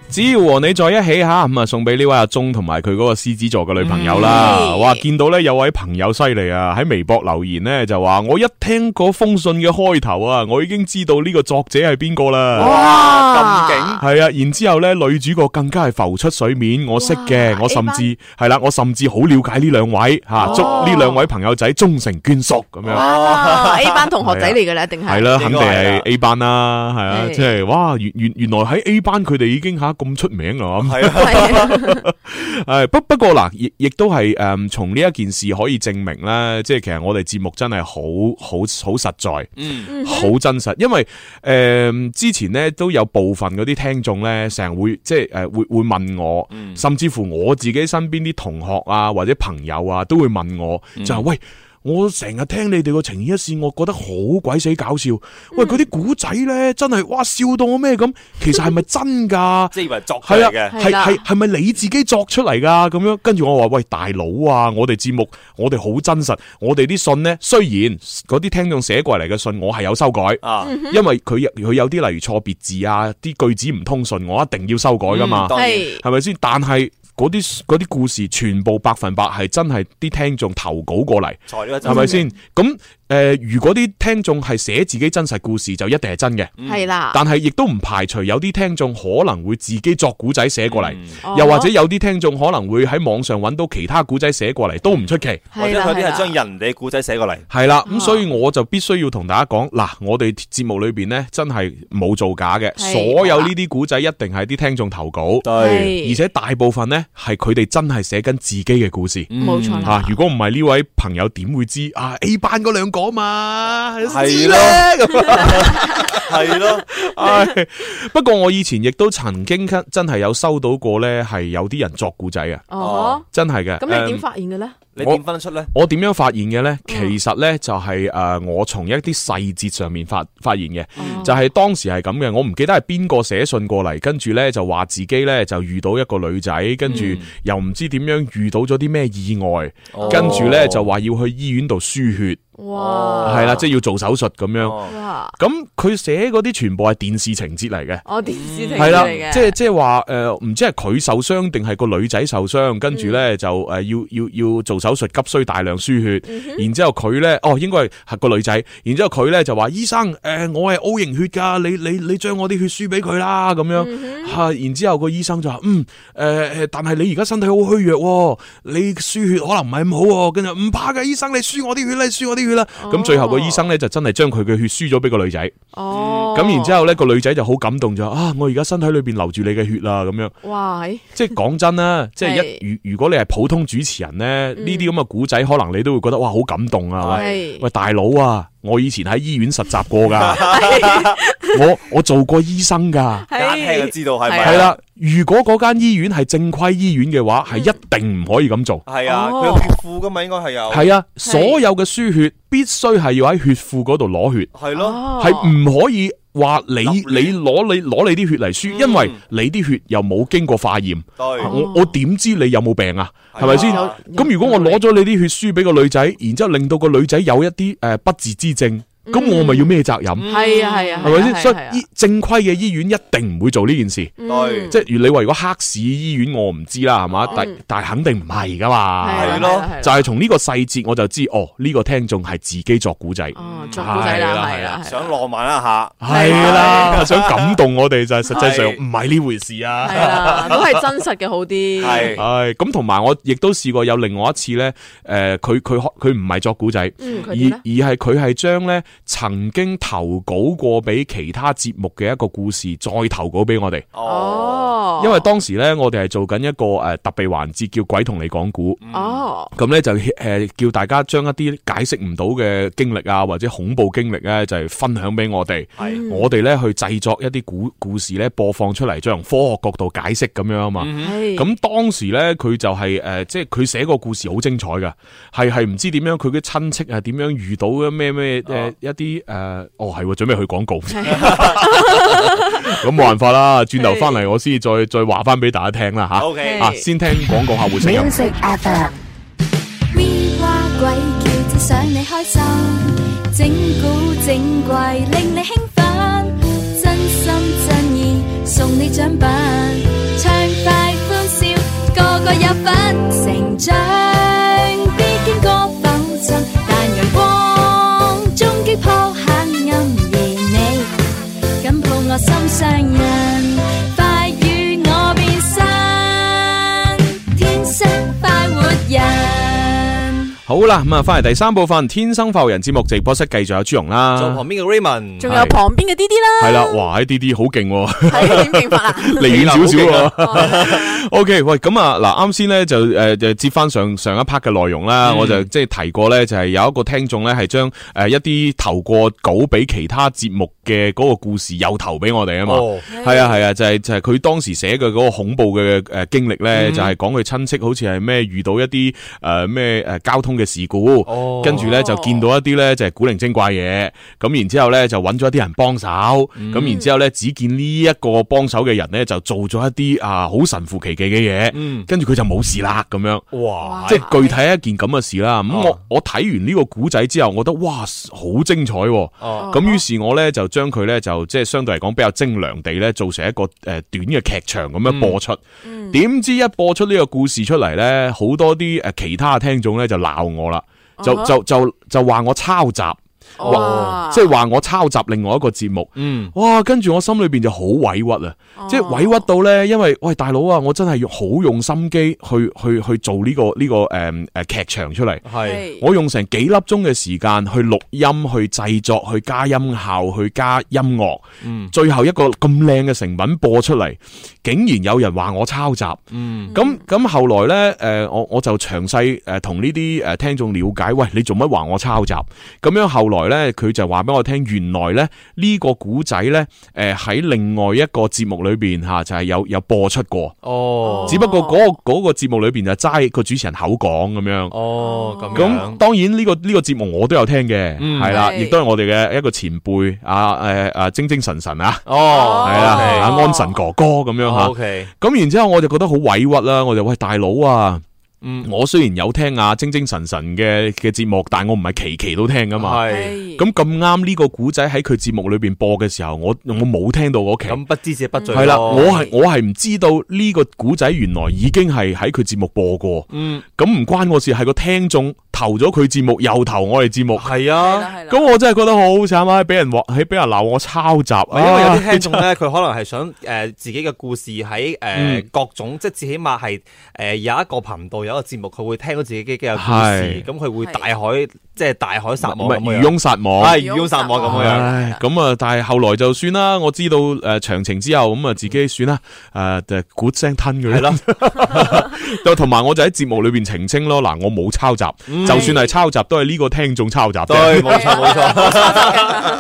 Speaker 3: 只要和你在一起吓，咁啊送俾呢位阿鐘同埋佢嗰個獅子座嘅女朋友啦。
Speaker 4: 嗯
Speaker 3: 哇，見到咧有位朋友犀利啊，喺微博留言咧就話：我一聽嗰封信嘅開頭啊，我已經知道呢個作者係邊個啦。
Speaker 5: 哇咁勁
Speaker 3: 系啊，然之后咧，女主角更加係浮出水面，我識嘅，我甚至係啦，我甚至好了解呢兩位吓，
Speaker 4: 哦
Speaker 3: 祝呢兩位朋友仔終成眷屬咁
Speaker 4: 啊
Speaker 3: 樣。
Speaker 4: ，A 班同學仔嚟㗎啦，一定係
Speaker 3: 係啦，肯定係 A 班啦，係啊，
Speaker 4: 係
Speaker 3: 即係哇，原原原來喺 A 班佢哋已經吓咁出名啊啦，
Speaker 5: 係啊
Speaker 3: 诶，不不過嗱，亦亦都係诶，从呢一件事可以證明咧，即係其實我哋節目真係好好好實在，
Speaker 5: 嗯
Speaker 3: 好真實。因為诶、誒之前咧都有部分嗰啲聽眾咧，成日會即係诶会会问我，甚至乎我自己身邊啲同學啊或者朋友啊都會問我，就係喂。我成日聽你哋個情意一線，我覺得好鬼死搞笑。喂，嗰啲古仔咧，真係哇笑到我咩咁？其實係咪真㗎？
Speaker 5: 即係以為作出
Speaker 3: 係
Speaker 5: 嚟
Speaker 3: 啊，
Speaker 5: 嘅，
Speaker 3: 係係係咪你自己作出嚟噶？咁樣跟住我話喂大佬啊，我哋節目我哋好真實，我哋啲信呢，雖然嗰啲聽眾寫過嚟嘅信我係有修改，
Speaker 5: 啊
Speaker 4: 嗯哼
Speaker 3: 因為佢有佢有啲例如錯別字啊，啲句子唔通順，我一定要修改噶嘛
Speaker 5: 嗯，當然
Speaker 4: 係
Speaker 3: 係咪先？但係嗰啲嗰啲故事全部百分百係真係啲聽眾投稿過嚟。
Speaker 5: 材料
Speaker 3: 係咪先？咁诶、呃如果啲聽眾係寫自己真實故事，就一定係真嘅。
Speaker 4: 係啦，
Speaker 3: 但係亦都唔排除有啲聽眾可能會自己作古仔寫過嚟，
Speaker 4: 哦
Speaker 3: 又或者有啲聽眾可能會喺網上揾到其他古仔寫過嚟，都唔出奇。
Speaker 5: 或
Speaker 4: 係
Speaker 5: 者
Speaker 4: 啦
Speaker 5: 佢啲
Speaker 4: 係啦
Speaker 5: 係將人哋嘅故仔寫過嚟，
Speaker 3: 係啦，
Speaker 4: 啊
Speaker 3: 咁所以我就必須要同大家講，嗱，我哋節目裏边呢，真係冇造假嘅，
Speaker 4: 係
Speaker 3: 所有呢啲古仔一定係啲聽眾投稿，
Speaker 4: 係
Speaker 3: 而且大部分呢，係佢哋真係寫緊自己嘅故事。
Speaker 4: 冇錯
Speaker 3: 吓
Speaker 4: 啦，，
Speaker 3: 嗯啊如果唔係呢位朋友點會知啊 A 班嗰兩個嘛？
Speaker 5: 係咯 係咯，
Speaker 3: 唉，不過我以前亦都曾經真係有收到過呢，係有啲人作故仔嘅，
Speaker 4: 哦
Speaker 3: 真係嘅。
Speaker 4: 呵，咁你點
Speaker 3: 誒
Speaker 4: 發現嘅咧？
Speaker 5: 你點分得出咧？
Speaker 3: 我點樣發現嘅呢？其
Speaker 4: 嗯
Speaker 3: 實呢，就係呃我從一啲細節上面發發現嘅，
Speaker 4: 哦
Speaker 3: 就係當時係咁嘅。我唔記得係邊個寫信過嚟，跟住呢就話自己呢就遇到一個女仔，跟住
Speaker 4: 嗯
Speaker 3: 又唔知點樣遇到咗啲咩意外，
Speaker 5: 哦
Speaker 3: 跟住呢就話要去醫院度輸血，
Speaker 4: 哇，
Speaker 3: 係啦，即係要做手術咁樣。
Speaker 5: 哦
Speaker 4: 哇，
Speaker 3: 咁佢寫嗰啲全部係電視情節嚟嘅。
Speaker 4: 我電視情節
Speaker 3: 嗯系啦
Speaker 4: 嚟嘅，，
Speaker 3: 即系即系话诶，呃唔知系佢受伤定系个女仔受伤，跟住咧就诶要要要做手术，急需大量输血，然之后佢咧哦应该系系个女仔，然之后佢咧就话医生诶我系 O 型血噶，你你你将我啲血输俾佢啦咁样吓，然之后个医生就话嗯诶诶，但系你而家身体好虚弱喎，你输血可能唔系咁好喎，跟住唔怕噶，医生你输我啲血啦，你输我啲血啦，咁最后个医生咧就真系将佢嘅血输咗俾个女仔。
Speaker 4: 哦，
Speaker 3: 咁然之後咧，個女仔就好感動就話啊！我而家身體裏邊流住你嘅血啦，咁樣
Speaker 4: 後，哇，係
Speaker 3: 即係講真啦，即係
Speaker 4: 係
Speaker 3: 一如如果你係普通主持人咧，呢啲咁嘅古仔，可能你都會覺得哇好感動啊！喂
Speaker 4: 係
Speaker 3: 喂，大佬啊，我以前喺醫院實習過噶，我我做過醫生噶，
Speaker 5: 一聽就知道係咪啊？
Speaker 3: 係啦。如果嗰間醫院係正規醫院嘅話，係一定唔可以咁做。
Speaker 5: 係啊，
Speaker 4: 哦
Speaker 5: 佢有血庫噶嘛，應該係有，
Speaker 3: 係啊，所有嘅輸血必須係要喺血庫嗰度攞血。
Speaker 5: 係咯，
Speaker 4: 哦
Speaker 3: 系唔可以話你
Speaker 5: 立亂
Speaker 3: 你攞你攞你啲血嚟輸，因為你啲血又冇經過化驗，
Speaker 5: 對，
Speaker 3: 我我点知你有冇病啊？係咪先？
Speaker 5: 有
Speaker 3: 咁如果我攞咗你啲血輸俾個女仔，然之后令到個女仔有一啲诶不治之症，咁我咪要咩責任？
Speaker 4: 係啊嗯係啊，
Speaker 3: 係咪先？所
Speaker 4: 係啊嗯
Speaker 3: 以醫正規嘅醫院一定唔會做呢件事。
Speaker 5: 對，
Speaker 3: 即係如你話如果黑市醫院，我唔知啦，係嘛？但但系肯定唔係噶嘛。
Speaker 5: 係
Speaker 4: 嗯啊係
Speaker 5: 咯
Speaker 4: 咯，係
Speaker 3: 就
Speaker 4: 啦
Speaker 3: 係從呢個細節我就知，哦，呢個聽眾係自己作古仔。
Speaker 4: 哦，作古仔啦，係啦，係啦
Speaker 5: 想浪漫一下，
Speaker 3: 系啦，想感動我哋就係實際上唔係呢回事 啊。
Speaker 4: 係啦，都係真實嘅好啲，
Speaker 5: 係
Speaker 3: 唉，咁同埋我亦都試過有另外一次咧，诶、佢佢佢唔係作古仔，
Speaker 4: 嗯佢
Speaker 3: 而而
Speaker 4: 點呢
Speaker 3: 係佢係將咧曾經投稿過俾其他節目嘅一個故事再投稿俾我哋，
Speaker 4: 哦，
Speaker 5: 哦，
Speaker 3: 因為當時咧我哋係做緊一個诶、呃特別環節叫鬼同你講古。
Speaker 4: 哦，
Speaker 3: 咁咧就誒、呃叫大家將一啲解釋唔到嘅經歷啊，或者恐怖經歷咧，就係、分享俾我哋。
Speaker 5: 係
Speaker 3: 我哋咧去製作一啲故故事咧，播放出嚟，再從科學角度解釋咁樣啊嘛。
Speaker 5: 嗯
Speaker 2: 嗯
Speaker 4: 係
Speaker 3: 咁當時咧，佢就係、呃即係佢寫個故事好精彩㗎，係係唔知點樣佢嘅親戚係點樣遇到嘅咩
Speaker 5: 哦
Speaker 3: 咩誒一啲誒、呃哦係喎，準備去廣 告， 咁冇辦法啦，轉頭翻嚟我先至再再話翻俾大家聽啦吓
Speaker 5: OK
Speaker 3: 啊，先聽廣告客户聲音。
Speaker 6: Music FM
Speaker 9: We 话鬼叫，只想你开心，整古整怪令你兴奋，真心真意送你奖品，
Speaker 12: 我心上人，快與我變身，天生快活人。
Speaker 3: 好啦，咁啊，翻嚟第三部分《天生浮人》節目直播室，繼續有朱容啦，
Speaker 2: 做旁邊嘅 Raymond，
Speaker 4: 仲有旁邊嘅 D D 啦，
Speaker 3: 系啦，哇！呢啲好 勁喎，
Speaker 4: 係點勁法啊？
Speaker 3: 離遠少少
Speaker 2: 啊
Speaker 3: 喎。O K，喂，咁啊，嗱，啱先咧就誒就接翻上上一 part 嘅內容啦，
Speaker 2: 嗯
Speaker 3: 我就即係提過咧，就係有一個聽眾咧係將誒呃一啲投過稿俾其他節目嘅嗰個故事又投俾我哋啊嘛
Speaker 2: 哦，
Speaker 3: 係啊係啊，就係就係佢當時寫嘅嗰個恐怖嘅呃誒經歷咧，就係講佢親戚好似係咩遇到一啲誒咩誒交通嘅事故，
Speaker 2: 哦
Speaker 3: 跟住咧就見到一啲咧就係古靈精怪嘢，咁然之後咧就揾咗一啲人幫手，
Speaker 2: 嗯
Speaker 3: 咁然之後咧只見呢一個幫手嘅人咧就做咗一啲啊好神乎其技嘅嘢，跟住佢就冇事啦咁樣。
Speaker 2: 嗯哇，啊
Speaker 3: 即係具體一件咁嘅事啦。咁我我睇完呢個古仔之後，我覺得哇好精彩喎！
Speaker 2: 哦
Speaker 3: 咁於是我咧就將佢咧就即係相對嚟講比較精良地咧做成一個诶短嘅劇場咁
Speaker 2: 嗯
Speaker 3: 樣播出。
Speaker 4: 嗯
Speaker 3: 點知一播出呢個故事出嚟咧，好多啲诶其他嘅聽眾咧就鬧我啦，就
Speaker 4: 啊哈啊
Speaker 3: 就就就話我抄襲。
Speaker 4: 哇
Speaker 3: 話即係話我抄襲另外一個節目，
Speaker 2: 嗯，
Speaker 3: 哇！跟住我心裏邊就好委屈啊，
Speaker 4: 哦
Speaker 3: 即係委屈到呢，因為喂大佬啊，我真係用好用心機去去去做呢、個呢、個呃誒誒劇場出嚟，
Speaker 2: 係
Speaker 3: 我用成幾粒鐘嘅時間去錄音、去製作、去加音效、去加音樂，最後一個咁靚嘅成品播出嚟，竟然有人話我抄襲，咁咁後來呢，誒、我我就詳細誒同呢啲誒聽眾了解，喂，你做乜話我抄襲？咁樣後來呢，佢就話俾我聽，原來呢，呢、個古仔呢，誒、喺另外一個節目裏邊嚇就係、有有播出過，
Speaker 2: 哦
Speaker 3: 只不過嗰、個嗰個節目裏邊就齋個主持人口講咁樣。
Speaker 2: 哦咁
Speaker 3: 咁
Speaker 2: 樣，
Speaker 3: 當然呢、個呢、個節目我都有聽嘅，
Speaker 2: 嗯
Speaker 3: 係啦，
Speaker 4: 係
Speaker 3: 亦都係我哋嘅一個前輩啊，誒啊精精神神啊，
Speaker 2: 哦
Speaker 3: 係
Speaker 2: 係
Speaker 3: 啦，
Speaker 2: 啦，
Speaker 3: 啊安神哥哥咁樣嚇。
Speaker 2: ，OK，
Speaker 3: 咁然之後我就覺得好委屈啦，我就喂大佬啊！
Speaker 2: 嗯，
Speaker 3: 我雖然有聽啊精精神神嘅嘅節目，但我唔係期期都聽噶嘛。
Speaker 2: 哦係
Speaker 4: 係
Speaker 3: 咁咁啱呢個古仔喺佢節目裏邊播嘅時候，我我冇聽到嗰期。
Speaker 2: 咁不知者不罪咯，
Speaker 3: 係啦，我係我係唔知道呢個古仔原來已經係喺佢節目播過。
Speaker 2: 嗯
Speaker 3: 咁唔關我事，係個聽眾投咗佢節目，又投我哋節目。
Speaker 2: 係
Speaker 4: 係
Speaker 2: 啊
Speaker 4: 啦。係啦
Speaker 3: 咁我真係覺得好慘啊！俾人話，喺俾人鬧我抄襲
Speaker 2: 因為哦有
Speaker 3: 啊！
Speaker 2: 啲聽眾咧，佢可能係想誒自己嘅故事喺誒
Speaker 3: 嗯
Speaker 2: 各種，即係至起碼係誒呃有一個頻道有一個節目，佢會聽到自己嘅故事，
Speaker 3: 係
Speaker 2: 咁佢會
Speaker 4: 係
Speaker 2: 大海即係大海撒網
Speaker 3: 唔
Speaker 2: 咁
Speaker 3: 係
Speaker 2: 樣，
Speaker 3: 漁翁撒網。
Speaker 2: 係漁翁撒網咁樣。
Speaker 3: 唉，咁啊，但係後來就算啦，我知道诶详情之後，咁啊自己算啦，诶就咕聲吞佢
Speaker 2: 係
Speaker 3: 啦。 就同埋我就喺節目裏边澄清咯，嗱，我冇抄襲，
Speaker 2: 嗯
Speaker 3: 就算係抄襲都係呢個聽眾抄襲啫。
Speaker 2: 對，冇錯冇
Speaker 4: 啊
Speaker 2: 錯，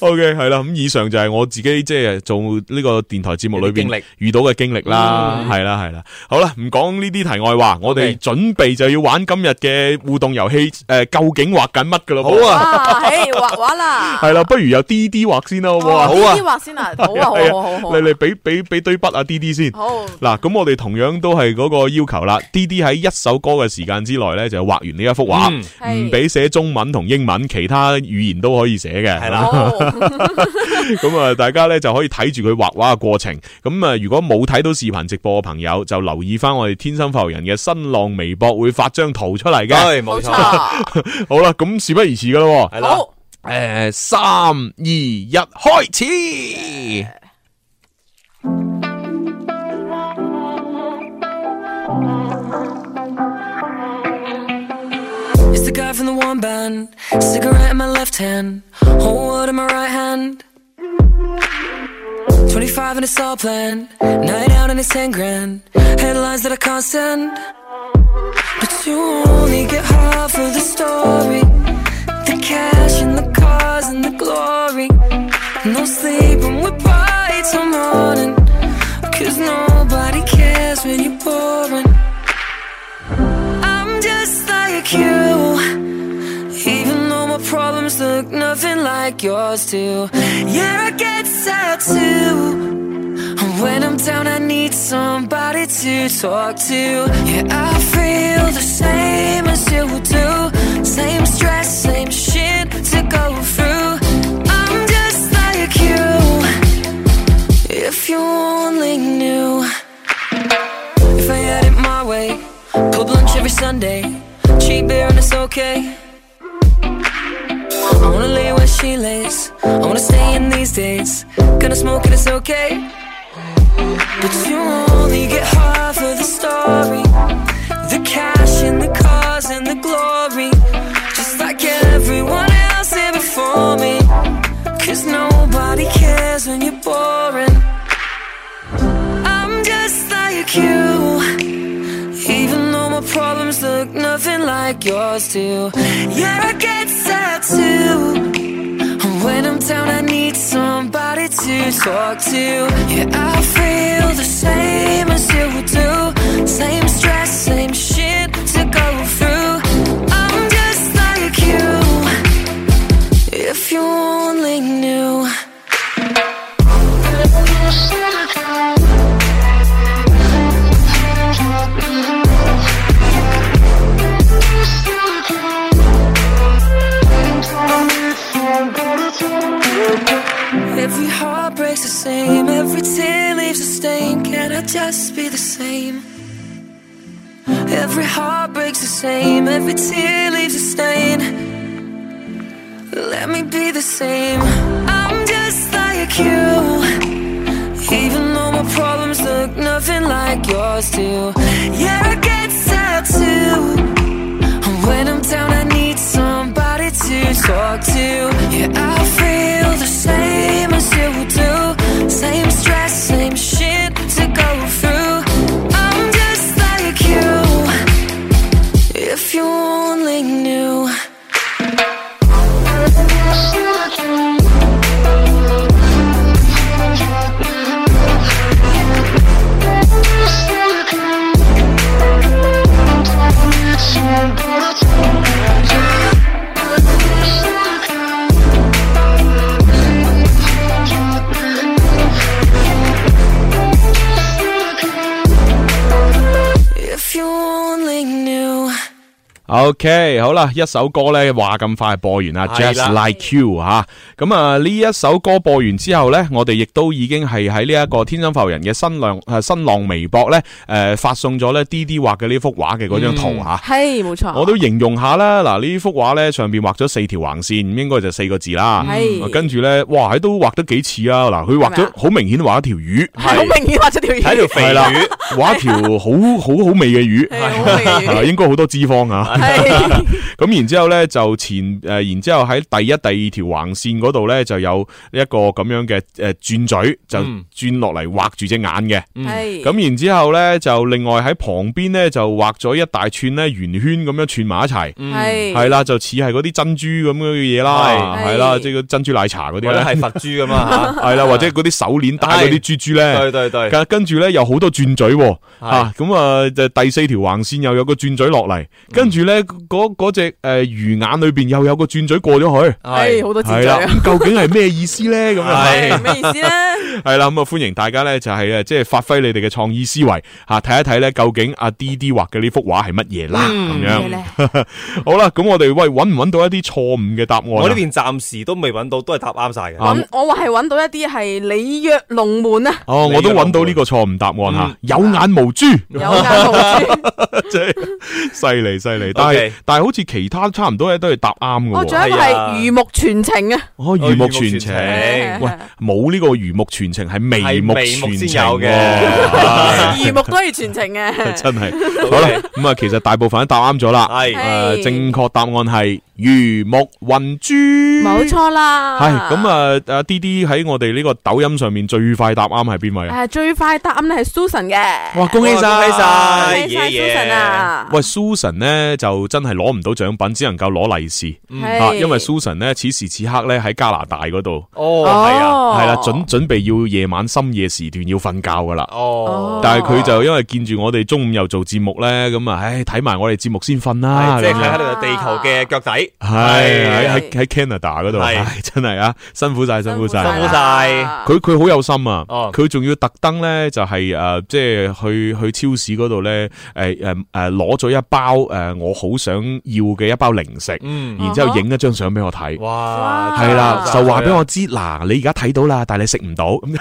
Speaker 3: O K，係啦，咁以上就係我自己即係做呢個電台節目裏
Speaker 2: 經歷
Speaker 3: 边遇到嘅經歷啦，係啦係啦。好啦，唔講呢啲題外話，我哋準備就要玩今日嘅互動遊戲，诶，究竟畫緊乜噶咯？
Speaker 2: 好啊，
Speaker 4: 啊，嘿，畫畫啦，哦
Speaker 3: 係啦，不如由 D D 畫先啦，好唔好啊？
Speaker 2: 好啊
Speaker 4: 呢啲畫先啊，好啊，好啊
Speaker 3: 係
Speaker 4: 好啊好啊
Speaker 3: 你你俾俾俾堆筆啊 D D 先。
Speaker 4: 好啊，
Speaker 3: 嗱，咁我哋同樣都係嗰個要求啦。D D 喺一首歌嘅時間之內咧，就畫完呢一幅畫，
Speaker 2: 嗯
Speaker 4: 係
Speaker 3: 唔俾寫中文同英文，其他語言都可以寫嘅。
Speaker 2: 係
Speaker 4: 好，
Speaker 2: 啦，
Speaker 4: 好，
Speaker 3: 咁啊，大家咧就可以睇住佢畫畫嘅過程。咁啊，如果冇睇到視頻直播嘅朋友，就留意翻我哋天生浮人嘅新浪微博會發張圖出嚟嘅。
Speaker 2: 對冇
Speaker 4: 冇
Speaker 2: 錯，
Speaker 4: 錯，
Speaker 3: 好啦，咁事不宜遲噶咯
Speaker 2: 係
Speaker 3: 喎。
Speaker 2: 啦，
Speaker 4: 好，
Speaker 3: 诶，三二一，開始。
Speaker 7: It's the guy from the one band. Cigarette in my left hand, whole world in my right hand. 25 and it's all planned. Night out and it's 10 grand. Headlines that I can't send. But you only get half of the story. The cash and the cars and the glory. No sleep and we're party till morning. Cause nobody cares when you're boring. I'm just like you. Even though my problems look nothing like yours do. Yeah, I get sad too. When I'm down, I need somebody to talk to. Yeah, I feel the same as you do. Same stress, same shit to go through. I'm just like you. If you only knew. If I had it my way, club lunch every Sunday, cheap beer and it's okay. I wanna lay where she lays. I wanna stay in these days. Gonna smoke it, it's okay. But you only get half of the story. The cash and the cars and the glory. Just like everyone else here before me. Cause nobody cares when you're boring. I'm just like you. Even though my problems look nothing like yours do Yeah, I get sad too And When I'm down, I need somebody to talk to Yeah, I feel the same as you do Same stress, same shit to go through I'm just like you If you only knew Every heart breaks the same, every tear leaves a stain. Can I just be the same? Every heart breaks the same, every tear leaves a stain. Let me be the same. I'm just like you. Even though my problems look nothing like yours do. Yeah, I get sad too. And When I'm down, I need somebody to talk to. Yeah, I feel the same as you do. Same stress, same shit to go through. I'm just like you. If you only knew. If you only knew.
Speaker 3: OK，好啦，一首歌咧話咁快播完啦啊
Speaker 13: 係
Speaker 3: ，Just
Speaker 13: 啦
Speaker 3: Like You 吓，咁啊呢一首歌播完之後咧，我哋亦都已經係喺呢一個天生浮人嘅新浪诶新浪微博咧，诶、發送咗咧 D D 畫嘅呢幅畫嘅嗰張圖啊吓。
Speaker 4: 系冇錯。
Speaker 3: 我都形容下啦，嗱呢幅畫咧上边畫咗四條橫線，應該就四個字啦。啊
Speaker 4: 係
Speaker 3: 跟住咧，哇，喺都畫得幾似啊！嗱，佢畫
Speaker 4: 係咪
Speaker 3: 咗
Speaker 4: 啊
Speaker 3: 好明顯畫一條魚，
Speaker 4: 好明顯畫出條魚，
Speaker 3: 係啦，畫一條好好好味嘅魚，係應該好多脂肪啊。咁然之後咧就前诶，然之後喺第一、第二條橫線嗰度咧就有一個咁樣嘅诶轉嘴，就
Speaker 13: 嗯
Speaker 3: 轉落嚟畫住隻眼嘅。
Speaker 4: 嗯
Speaker 13: 係
Speaker 3: 咁然之後咧就另外喺旁邊咧就畫咗一大串咧圓圈咁樣串埋一齊。
Speaker 13: 嗯係
Speaker 3: 係啦，就似係嗰啲珍珠咁樣嘅嘢啦，
Speaker 13: 係
Speaker 3: 係啦，即係嗰珍珠奶茶嗰啲
Speaker 2: 或者
Speaker 3: 咧，
Speaker 2: 係佛珠咁啊嚇
Speaker 3: 係啦，或者嗰啲手鏈戴嗰啲珠珠咧，
Speaker 2: 係對對對
Speaker 3: 跟跟住咧有好多轉嘴喎，
Speaker 2: 係
Speaker 3: 嚇咁啊就第四條橫線又有個轉嘴落
Speaker 2: 嗯
Speaker 3: 嚟，跟住咧嗰嗰只誒魚眼裏邊又有個轉嘴過咗去，
Speaker 4: 係好多轉
Speaker 3: 係
Speaker 4: 嘴
Speaker 3: 啦
Speaker 4: 啊
Speaker 3: 咁究竟係咩意思咧？咁啊
Speaker 4: 係咩意思咧？
Speaker 3: 系啦，咁啊，歡迎大家咧，就係诶，即係發揮你哋嘅創意思維吓，睇一睇咧，究竟阿 D D 畫嘅呢幅畫係乜嘢啦？
Speaker 2: 嗯
Speaker 3: 咁
Speaker 2: 咩
Speaker 3: 樣 好啦，咁我哋喂揾唔揾到一啲錯誤嘅答案啊？
Speaker 2: 我呢邊暫時都未揾到，都係答啱晒嘅。
Speaker 3: 啱
Speaker 4: 我話係揾到一啲係里約龍門啊，
Speaker 3: 哦，我都揾到呢個錯誤答案
Speaker 2: 嗯
Speaker 3: 吓，有眼無珠， 有
Speaker 4: 眼無
Speaker 3: 珠，即係犀利犀利，但係
Speaker 2: OK 哦
Speaker 3: 但係好似其他差唔多咧都係答啱嘅喎。
Speaker 4: 我仲有一個係魚目全情啊，
Speaker 3: 哦，魚目全情，
Speaker 4: 係係
Speaker 3: 喂，冇呢個魚目全情係眉目
Speaker 2: 係眉目
Speaker 3: 全
Speaker 2: 先
Speaker 3: 情
Speaker 2: 有嘅
Speaker 3: 喎
Speaker 4: 魚目都要全情嘅，
Speaker 3: 真 係好啦，咁啊，其實大部分都答啱咗啦，
Speaker 4: 係
Speaker 3: 誒正確答案係魚目混珠，冇
Speaker 4: 冇。錯啦。
Speaker 3: 係咁啊，阿 D D 喺我哋呢個抖音上面最快答啱係邊位啊？
Speaker 4: 诶，最快答啱咧係 Susan 嘅。
Speaker 3: 哇恭喜晒哇恭喜晒
Speaker 4: 恭喜晒
Speaker 3: 耶耶
Speaker 4: Susan 啊！
Speaker 3: 喂，Susan 呢就真係攞唔到獎品，只能夠攞利是
Speaker 4: 嗯
Speaker 3: 啊！
Speaker 4: 係
Speaker 3: 因為 Susan 呢此時此刻呢喺加拿大嗰度，
Speaker 2: 哦
Speaker 13: 係啊
Speaker 3: 係啦，準準備要夜晚深夜時段要瞓覺噶啦。
Speaker 2: 哦
Speaker 3: 但係佢就因為見住我哋中午又做節目呢，咁啊，唉，睇埋我哋節目先瞓啦。
Speaker 2: 係即係
Speaker 3: 咁樣
Speaker 2: 睇喺呢個地球嘅腳底。
Speaker 3: 系喺喺喺 Canada 嗰度，
Speaker 2: 係
Speaker 3: 唉真係啊，辛苦晒，辛苦晒，
Speaker 2: 辛苦晒
Speaker 4: à.
Speaker 3: 佢佢好有心啊，
Speaker 2: 哦
Speaker 3: 佢仲要特登咧就係诶，即係去去超市嗰度咧，诶诶诶，攞咗一包诶我好想要嘅一包零食，
Speaker 2: 嗯
Speaker 3: 然之后影一張相俾我睇，
Speaker 2: 哇
Speaker 3: 係啦，
Speaker 2: 真係
Speaker 3: 就話俾我知嗱，你而家睇到啦，但係你食唔到， 咁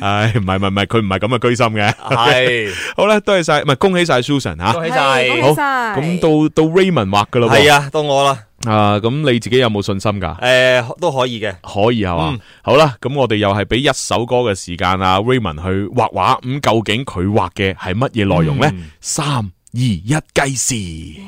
Speaker 3: 唉，唔係唔係唔係，佢唔係咁嘅居心嘅，
Speaker 2: 係
Speaker 3: 好啦，多謝晒，唔係恭喜晒 Susan 吓，
Speaker 2: 恭喜晒係恭喜
Speaker 3: 好，
Speaker 2: 晒
Speaker 3: 咁到到 Raymond 畫噶啦喎，
Speaker 2: 係啊，到我啦。
Speaker 3: 啊，咁你自己有冇信心
Speaker 2: 啊
Speaker 3: 噶？
Speaker 5: 诶、都可以嘅。
Speaker 3: 可以系嘛？
Speaker 5: 嗯
Speaker 3: 好啦，咁我哋又系俾一首歌嘅時間啊，Raymond 去畫畫。咁、究竟佢畫嘅係乜嘢內容呢？三二一，計時。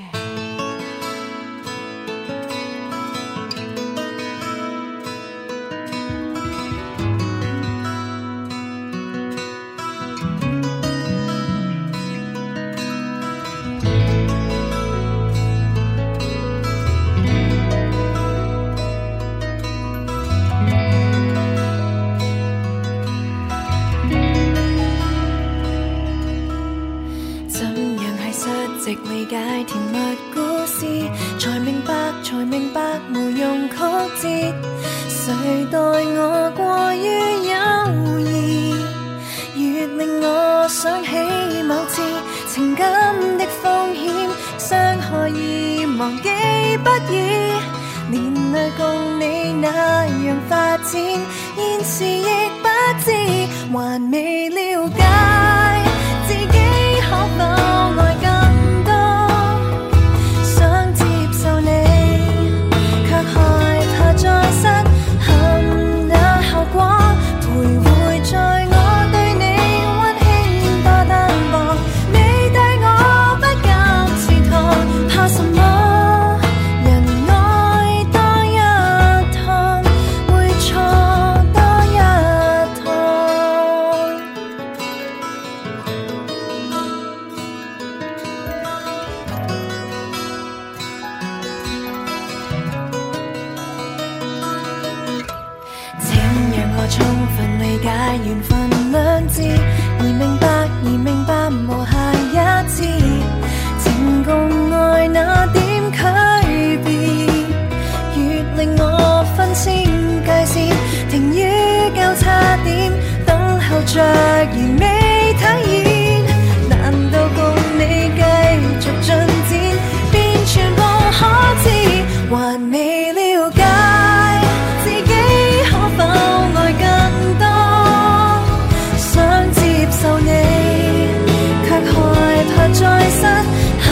Speaker 7: 怎樣係失職理解甜蜜故事，才明白才明白無用曲折，誰待我過於友誼，越令我想起某次情感的風險，傷害已忘記不已，連累共你那樣發展，現時亦不知，還未了解。自己可否愛更多？想接受你，卻害怕再失陷那後果。徘徊在我對你溫馨多單薄，你對我不夠似糖，怕什麼？人愛多一趟，會錯多一趟。請讓我充分理解緣分兩字，而明白而明白無下一次，情共愛那點區別，越令我分清界線，停於交叉點，等候着而未體現，難道共你繼續進展，便全部可知，還未了解。自己可否愛更多？想接受你，卻害怕再失陷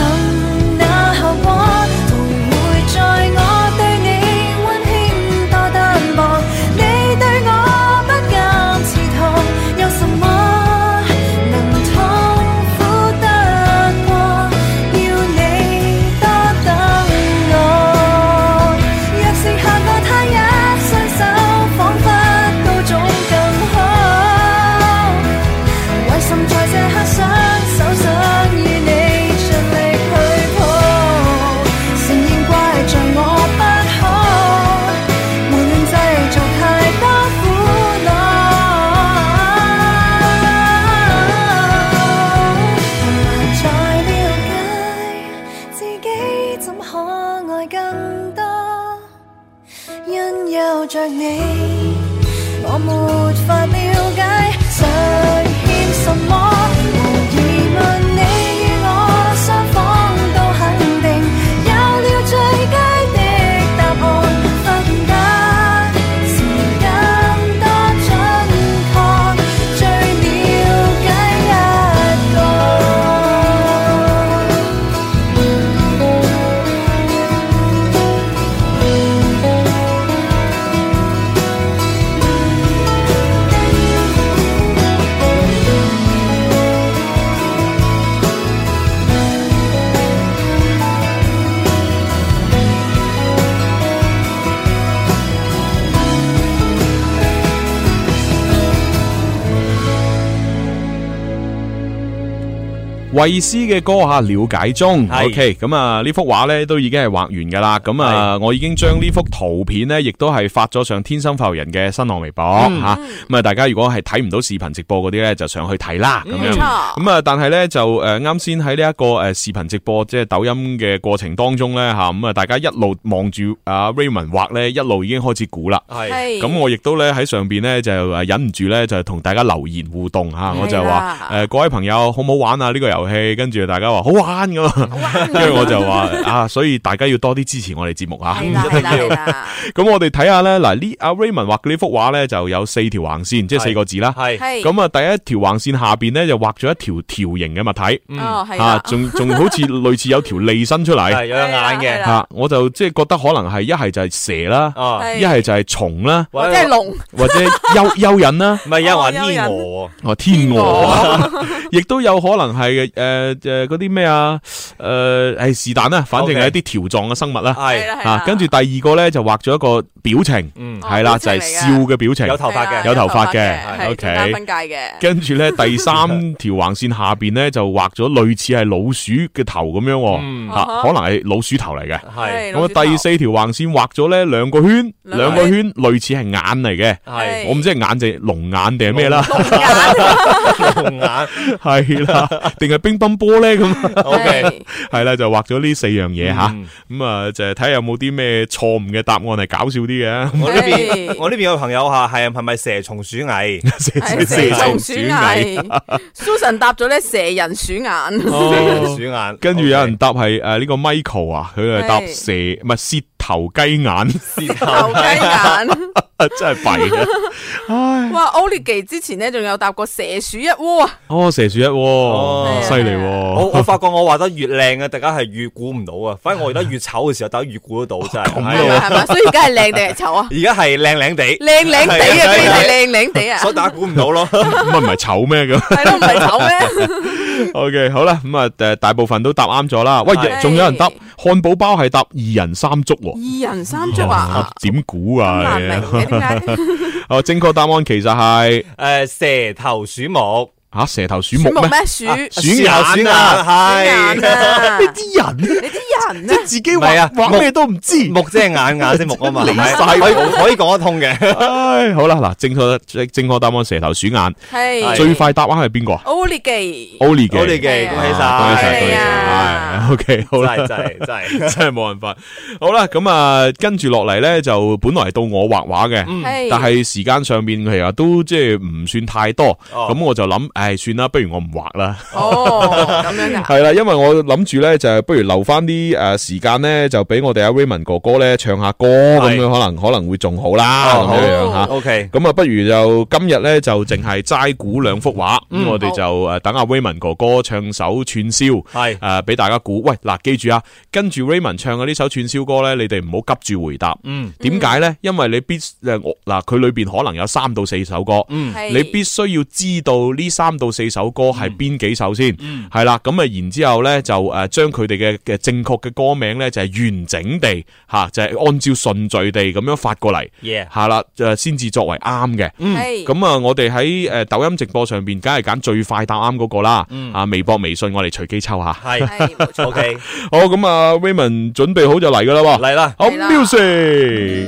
Speaker 7: 那後果。徘徊在我對你溫馨多單薄，你對我不夠似糖，有什麼能痛苦得過？要你多等我。若是下個他一雙手，彷彿高種更好。為甚在這刻想手想與你盡力去抱？承認怪在我不好，無論製造太多苦惱。難再了解自己怎可愛更多。因有着你，我沒法了解尚欠什麼。無疑問你與我相仿都肯定，有了最佳的答案，分解時間多準確，最了解一個。
Speaker 3: 慧思嘅歌吓了解中，OK，咁啊呢幅畫呢都已經係畫完噶啦，咁啊我已經將呢幅圖片呢亦都係發咗上天生浮人嘅新浪微博
Speaker 2: 嗯
Speaker 3: 吓，咁啊大家如果係睇唔到視頻直播嗰啲呢，就上去睇啦，咁
Speaker 2: 嗯冇
Speaker 3: 樣，
Speaker 2: 錯
Speaker 3: 咁啊但係呢，就诶啱先喺呢一個诶视频直播即係抖音嘅過程當中呢，吓，咁啊大家一路望住阿 Raymond 畫呢，一路已經開始估啦，
Speaker 2: 係
Speaker 3: 咁我亦都呢，喺上边呢，就呃誒忍唔住呢，就同大家留言互動吓，我就
Speaker 2: 係
Speaker 3: 話呃
Speaker 2: 啦
Speaker 3: 诶各位朋友好唔好玩啊呢個遊戲？遊戲，跟住大家話好玩咁啊，跟住我就話啊，所以大家要多啲支持我哋節目啊，一定要。咁我哋睇下咧，嗱呢阿 Raymond 畫嘅呢幅畫咧就有四條橫線，即係四個字啦。
Speaker 5: 係
Speaker 4: 係
Speaker 3: 咁啊，第一條橫線下邊咧就畫咗一條條形嘅物體，
Speaker 4: 嗯
Speaker 5: Ừ.
Speaker 4: 哦係啦
Speaker 3: 啊仲仲好似類似有條脷伸出 嚟，
Speaker 5: 係有隻眼嘅係啦
Speaker 3: 吓，啊我就即係覺得可能係一係就係蛇啦
Speaker 5: 哦，係
Speaker 3: 一係就係蟲啦，
Speaker 5: 或者係
Speaker 4: 龍，
Speaker 3: 或者蚯蚯蚓啦，
Speaker 5: 唔係有人話天鵝
Speaker 3: 哦，天鵝， 亦都有可能係诶诶嗰啲咩啊，诶係是但啦，反正係一啲條狀嘅生物啦。
Speaker 5: 係啦係啦
Speaker 3: 啊，跟住第二個咧就畫咗一個表情，
Speaker 5: 嗯
Speaker 3: 係啦，
Speaker 5: 哦
Speaker 3: 就係
Speaker 5: 表情嚟㗎
Speaker 3: 笑嘅表情，
Speaker 5: 有頭髮嘅
Speaker 3: 有頭髮
Speaker 4: 係
Speaker 3: 嘅
Speaker 4: 係中間
Speaker 3: ，OK
Speaker 4: 分。界嘅。
Speaker 3: 跟住 咧，第三條橫線下边咧就畫咗類似係老鼠嘅頭咁樣
Speaker 4: 嗯
Speaker 3: 喎，吓
Speaker 4: 啊哈
Speaker 3: 可能係老鼠頭嚟嘅。咁
Speaker 4: 係老鼠頭
Speaker 3: 啊，第四條橫線畫咗咧兩個圈，
Speaker 4: 兩
Speaker 3: 兩
Speaker 4: 個
Speaker 3: 個
Speaker 4: 圈
Speaker 3: 圈類似係眼嚟嘅。
Speaker 4: 係
Speaker 3: 我唔知係眼定係龍眼定係咩啦。
Speaker 5: 龍眼
Speaker 3: 系 啦，定系乒乓波咧咁
Speaker 5: OK
Speaker 3: 系啦，就画咗呢四样嘢吓，
Speaker 5: 嗯
Speaker 3: 咁啊就係睇下有冇啲咩错误嘅答案系搞笑啲嘅。
Speaker 5: 我呢邊我呢邊有個朋友嚇係係咪蛇蟲鼠蟻？
Speaker 4: 係蛇蟲哎鼠蟻，Susan 答咗咧蛇人鼠 眼，
Speaker 5: 鼠眼，
Speaker 3: 跟住有人答係诶呢個 Michael 啊，佢係答
Speaker 4: 係
Speaker 3: 蛇唔係舌頭雞眼，
Speaker 5: 舌
Speaker 4: 頭雞眼，
Speaker 3: 真係弊 啊！
Speaker 4: 哇 o l i g 之前咧仲有答過蛇鼠一窩啊，
Speaker 3: 哦，蛇鼠一
Speaker 5: 哦
Speaker 3: 窩，犀利
Speaker 5: 我
Speaker 3: 喎！
Speaker 5: 我發覺我畫得越靚嘅，大家係越估唔到啊！反而我而家越醜嘅時候，大家越估得到真係。
Speaker 4: 係咪係咪？所以而家係靚定係醜 啊？
Speaker 5: 而家係靚靚地，
Speaker 4: 靚靚地
Speaker 5: 係
Speaker 4: 啊，邊係靚靚地啊？
Speaker 5: 所以大家估唔到咯。
Speaker 3: 乜唔係醜咩 咁？
Speaker 4: 係咯，唔係醜咩？
Speaker 3: O、k 好啦，咁啊，诶，大部分都答啱咗啦。喂
Speaker 4: 係，
Speaker 3: 仲有人答漢堡包係答二人三足喎。
Speaker 4: 二人三 足啊？
Speaker 3: 点估啊？
Speaker 4: 咁難明嘅點解
Speaker 3: 哦，正確答案其實係
Speaker 5: 诶蛇頭鼠目
Speaker 3: 吓蛇頭鼠目
Speaker 4: 鼠目咩
Speaker 3: 咩？
Speaker 4: 鼠
Speaker 3: 啊鼠眼
Speaker 5: 頭鼠眼
Speaker 3: 啊，
Speaker 5: 係。
Speaker 4: 啊
Speaker 3: 呢啲人
Speaker 4: 你啲人咧，
Speaker 3: 自己
Speaker 5: 唔係
Speaker 3: 畫
Speaker 5: 啊
Speaker 3: 畫咩都唔知，
Speaker 5: 目即係眼，眼即目啊嘛，
Speaker 3: 離晒
Speaker 5: 係可以可以講得通嘅。
Speaker 3: 唉，好啦，嗱，正確正正確答案蛇頭鼠眼，
Speaker 4: 係
Speaker 3: 最快答啱係邊個啊
Speaker 4: o l i g
Speaker 3: o l i 嘅，
Speaker 5: 我哋嘅恭喜晒，
Speaker 3: 恭喜晒，恭喜
Speaker 4: 係
Speaker 3: 晒
Speaker 4: 啊
Speaker 3: ，OK，好啦，
Speaker 5: 真係真係真係
Speaker 3: 真係冇辦法。好啦，咁啊，跟住落嚟咧，就本來係到我畫畫
Speaker 4: 係
Speaker 5: 嗯
Speaker 3: 嘅，但係時間上面其實都即係唔算太多，
Speaker 5: 哦
Speaker 3: 咁我就諗，唉，算啦，不如我唔畫啦。
Speaker 4: 哦，咁 樣㗎。
Speaker 3: 係啦，因為我諗住咧就係不如留翻啲诶時間咧，就俾我哋阿 Raymond 哥哥咧唱下歌咁
Speaker 5: 係
Speaker 3: 樣，可能可能會仲好啦
Speaker 5: 哦
Speaker 3: 咁樣樣
Speaker 4: 好
Speaker 3: 吓。
Speaker 5: OK。
Speaker 3: 咁啊，不如就今日咧就淨係齋估兩幅畫，咁我哋就诶等阿 Raymond 哥哥唱首串燒，
Speaker 5: 係
Speaker 3: 诶俾大家估。喂，嗱，記住啊，跟住 Raymond 唱嘅呢首串燒歌咧，你哋唔好急住回答。
Speaker 5: 嗯，
Speaker 3: 點解咧？因為你必诶我嗱，佢裏边可能有三到四首歌。
Speaker 5: 嗯
Speaker 4: 係
Speaker 3: 你必須要知道呢三到四首歌係邊幾首先，
Speaker 5: 嗯
Speaker 3: 係啦、咁啊，然之後咧就誒將佢哋嘅嘅正確嘅歌名咧就係、完整地嚇、就係、按照順序地咁樣發過嚟，
Speaker 5: Yeah
Speaker 3: 係啦，誒先至作為啱嘅。
Speaker 5: 嗯
Speaker 4: 係
Speaker 3: 咁啊，我哋喺誒抖音直播上邊，梗係揀最快答啱嗰個啦。
Speaker 5: 嗯
Speaker 3: 啊，微博、微信我哋隨機抽下。
Speaker 5: 係
Speaker 4: 係冇 錯
Speaker 5: OK
Speaker 3: 好，咁啊，Raymond 準備好就嚟噶啦喎。
Speaker 5: 嚟啦。
Speaker 3: 好
Speaker 4: 係啦
Speaker 3: music。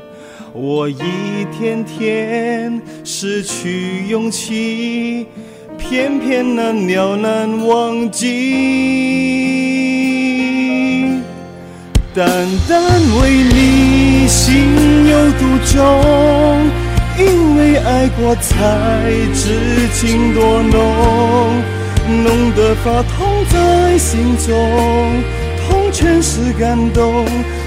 Speaker 11: 我一天天失去勇气，偏偏难了难忘记。单单为你心有独钟，因为爱过才知情多浓，浓得发痛在心中，痛全是感动。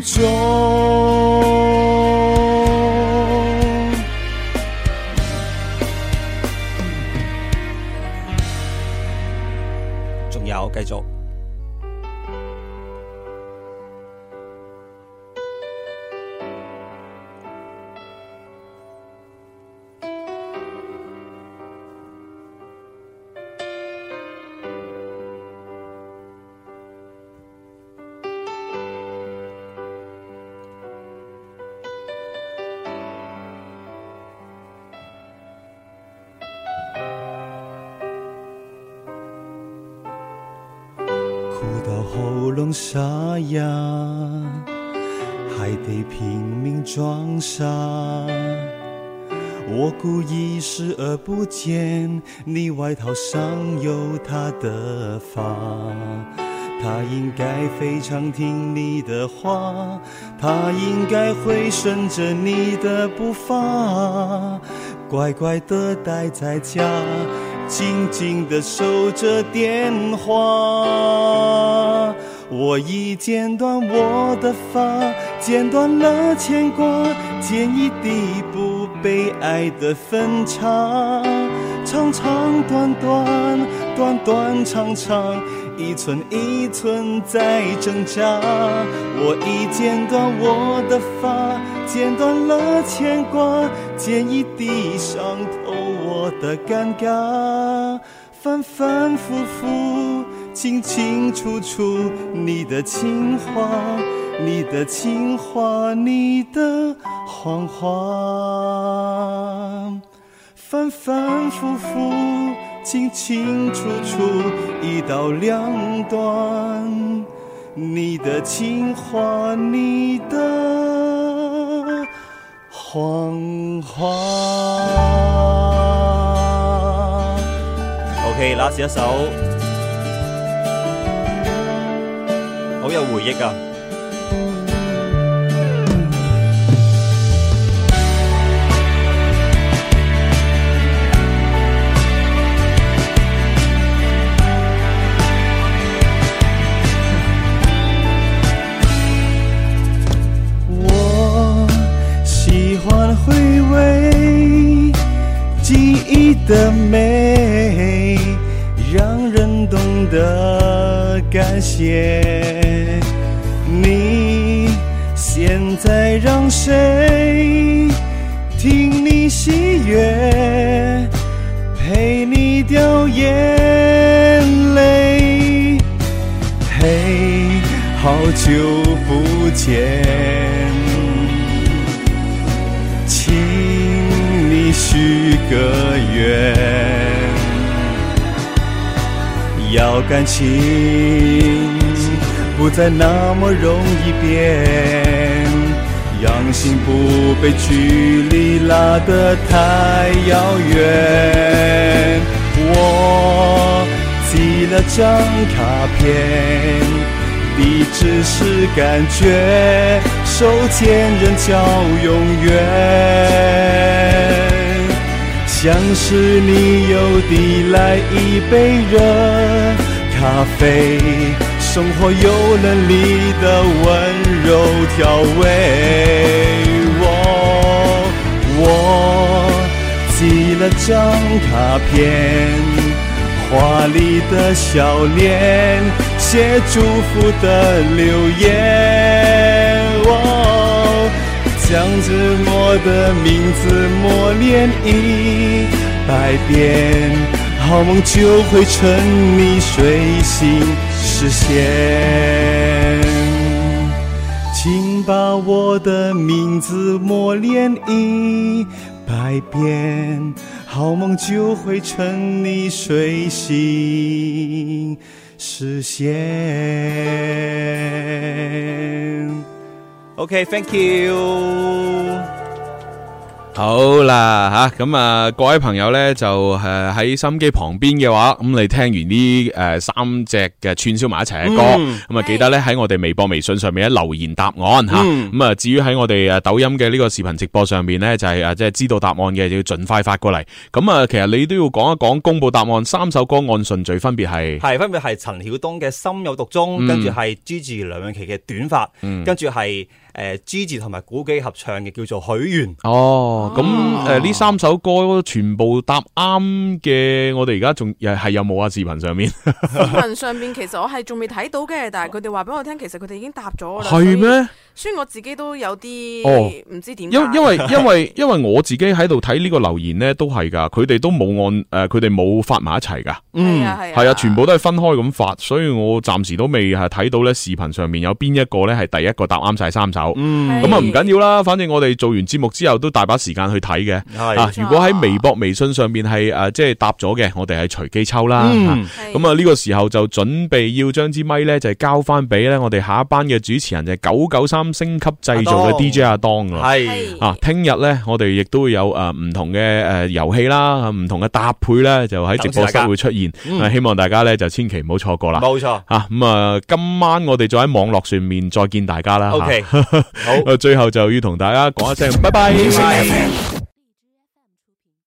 Speaker 11: 钟。
Speaker 5: 仲有繼續。
Speaker 11: 哭到喉咙沙哑，还得拼命装傻。我故意视而不见，你外套上有她的发，她应该非常听你的话，她应该会顺着你的步伐，乖乖的待在家。静静地守着电话。我已剪断我的发，剪断了牵挂，剪一地不被爱的分叉。长长短短，短短长长，一寸一寸在挣扎。我已剪断我的发，剪断了牵挂，剪一地伤透我的尴尬。反反复复，清清楚楚，你的情话，你的情话，你的谎话。反反复复，清清楚楚，一刀两断。你的情话，你的谎话。
Speaker 5: OK，拉住一首，好有回憶啊！
Speaker 11: 我喜欢回味记忆的美，让人懂得感谢。你现在让谁听你喜悦，陪你掉眼泪？嘿，好久不见，请你许个愿，要感情不再那么容易变，让心不被距离拉得太遥远。我寄了张卡片。你只是感觉，手牵人叫永远。像是你又递来一杯热咖啡，生活有了你的温柔调味。我我寄了张卡片。华丽的笑脸，写祝福的留言。哦，将自我的名字默念一百遍，好梦就会趁你睡醒实现。请把我的名字默念一百遍，好梦就会趁你睡醒实现。
Speaker 5: OK，thank、you。
Speaker 3: 好啦吓，咁啊，各位朋友呢，就诶喺心機旁邊嘅話，咁你聽完呢诶三隻嘅串燒埋一齊嘅歌，
Speaker 2: 嗯
Speaker 3: 咁啊記得呢喺我哋微博、微信上面咧留言答案吓，
Speaker 2: 嗯
Speaker 3: 咁啊至於喺我哋诶抖音嘅呢個視頻直播上面呢，就係啊即係知道答案嘅就要盡快發過嚟。咁啊，其實你都要講一講公佈答案，三首歌按順序分別
Speaker 2: 嗯
Speaker 3: 係
Speaker 5: 係分別係陳曉東嘅《心有獨鐘》
Speaker 3: 嗯
Speaker 5: 跟住係 Gigi 梁詠琪嘅《短髮》
Speaker 3: 嗯
Speaker 5: 跟住係誒 Gigi 同埋古基合唱嘅叫做《許願》。
Speaker 3: 哦，咁诶呢三首歌全部答啱嘅，我哋而家仲又係有冇啊？視頻上面。
Speaker 4: 新聞上邊其實我係仲未睇到嘅，但係佢哋話俾我聽，其實佢哋已經答咗啦。
Speaker 3: 係咩？
Speaker 4: 雖然我自己都有啲
Speaker 3: 哦
Speaker 4: 唔知點解。
Speaker 3: 因因為因為因為我自己喺度睇呢個留言咧，都係噶，佢哋都冇按誒，呃佢哋冇發埋一齊噶，
Speaker 4: 嗯係啊係啊
Speaker 3: 係啊，全部都係分開咁發，所以我暫時都未係睇到咧視頻上面有邊一個咧係第一個答啱晒三首，
Speaker 2: 嗯
Speaker 3: 咁啊唔緊要啦，反正我哋做完節目之後都大把時間去睇嘅，
Speaker 2: 係
Speaker 3: 啊，如果喺微博、微信上面係誒即係答咗嘅，我哋係隨機抽啦，
Speaker 2: 嗯
Speaker 3: 啊咁啊呢個時候就準備要將支咪咧就係交翻俾咧我哋下一班嘅主持人就係九九三星級製造
Speaker 2: 阿
Speaker 3: 嘅
Speaker 2: 當
Speaker 3: DJ 阿當啦，
Speaker 2: 係
Speaker 3: 啊，聽日咧，我哋亦都會有誒唔同嘅誒遊戲啦，唔同嘅搭配咧，就喺直播室會出現
Speaker 2: 等住大。家
Speaker 3: 啊希望大家咧就千祈唔好錯過啦。
Speaker 5: 冇錯
Speaker 3: 嚇咁啊，今晚我哋再喺網絡上面再見大家啦。
Speaker 5: OK，
Speaker 3: 好。最後就要同大家講一聲拜拜。
Speaker 2: 拜拜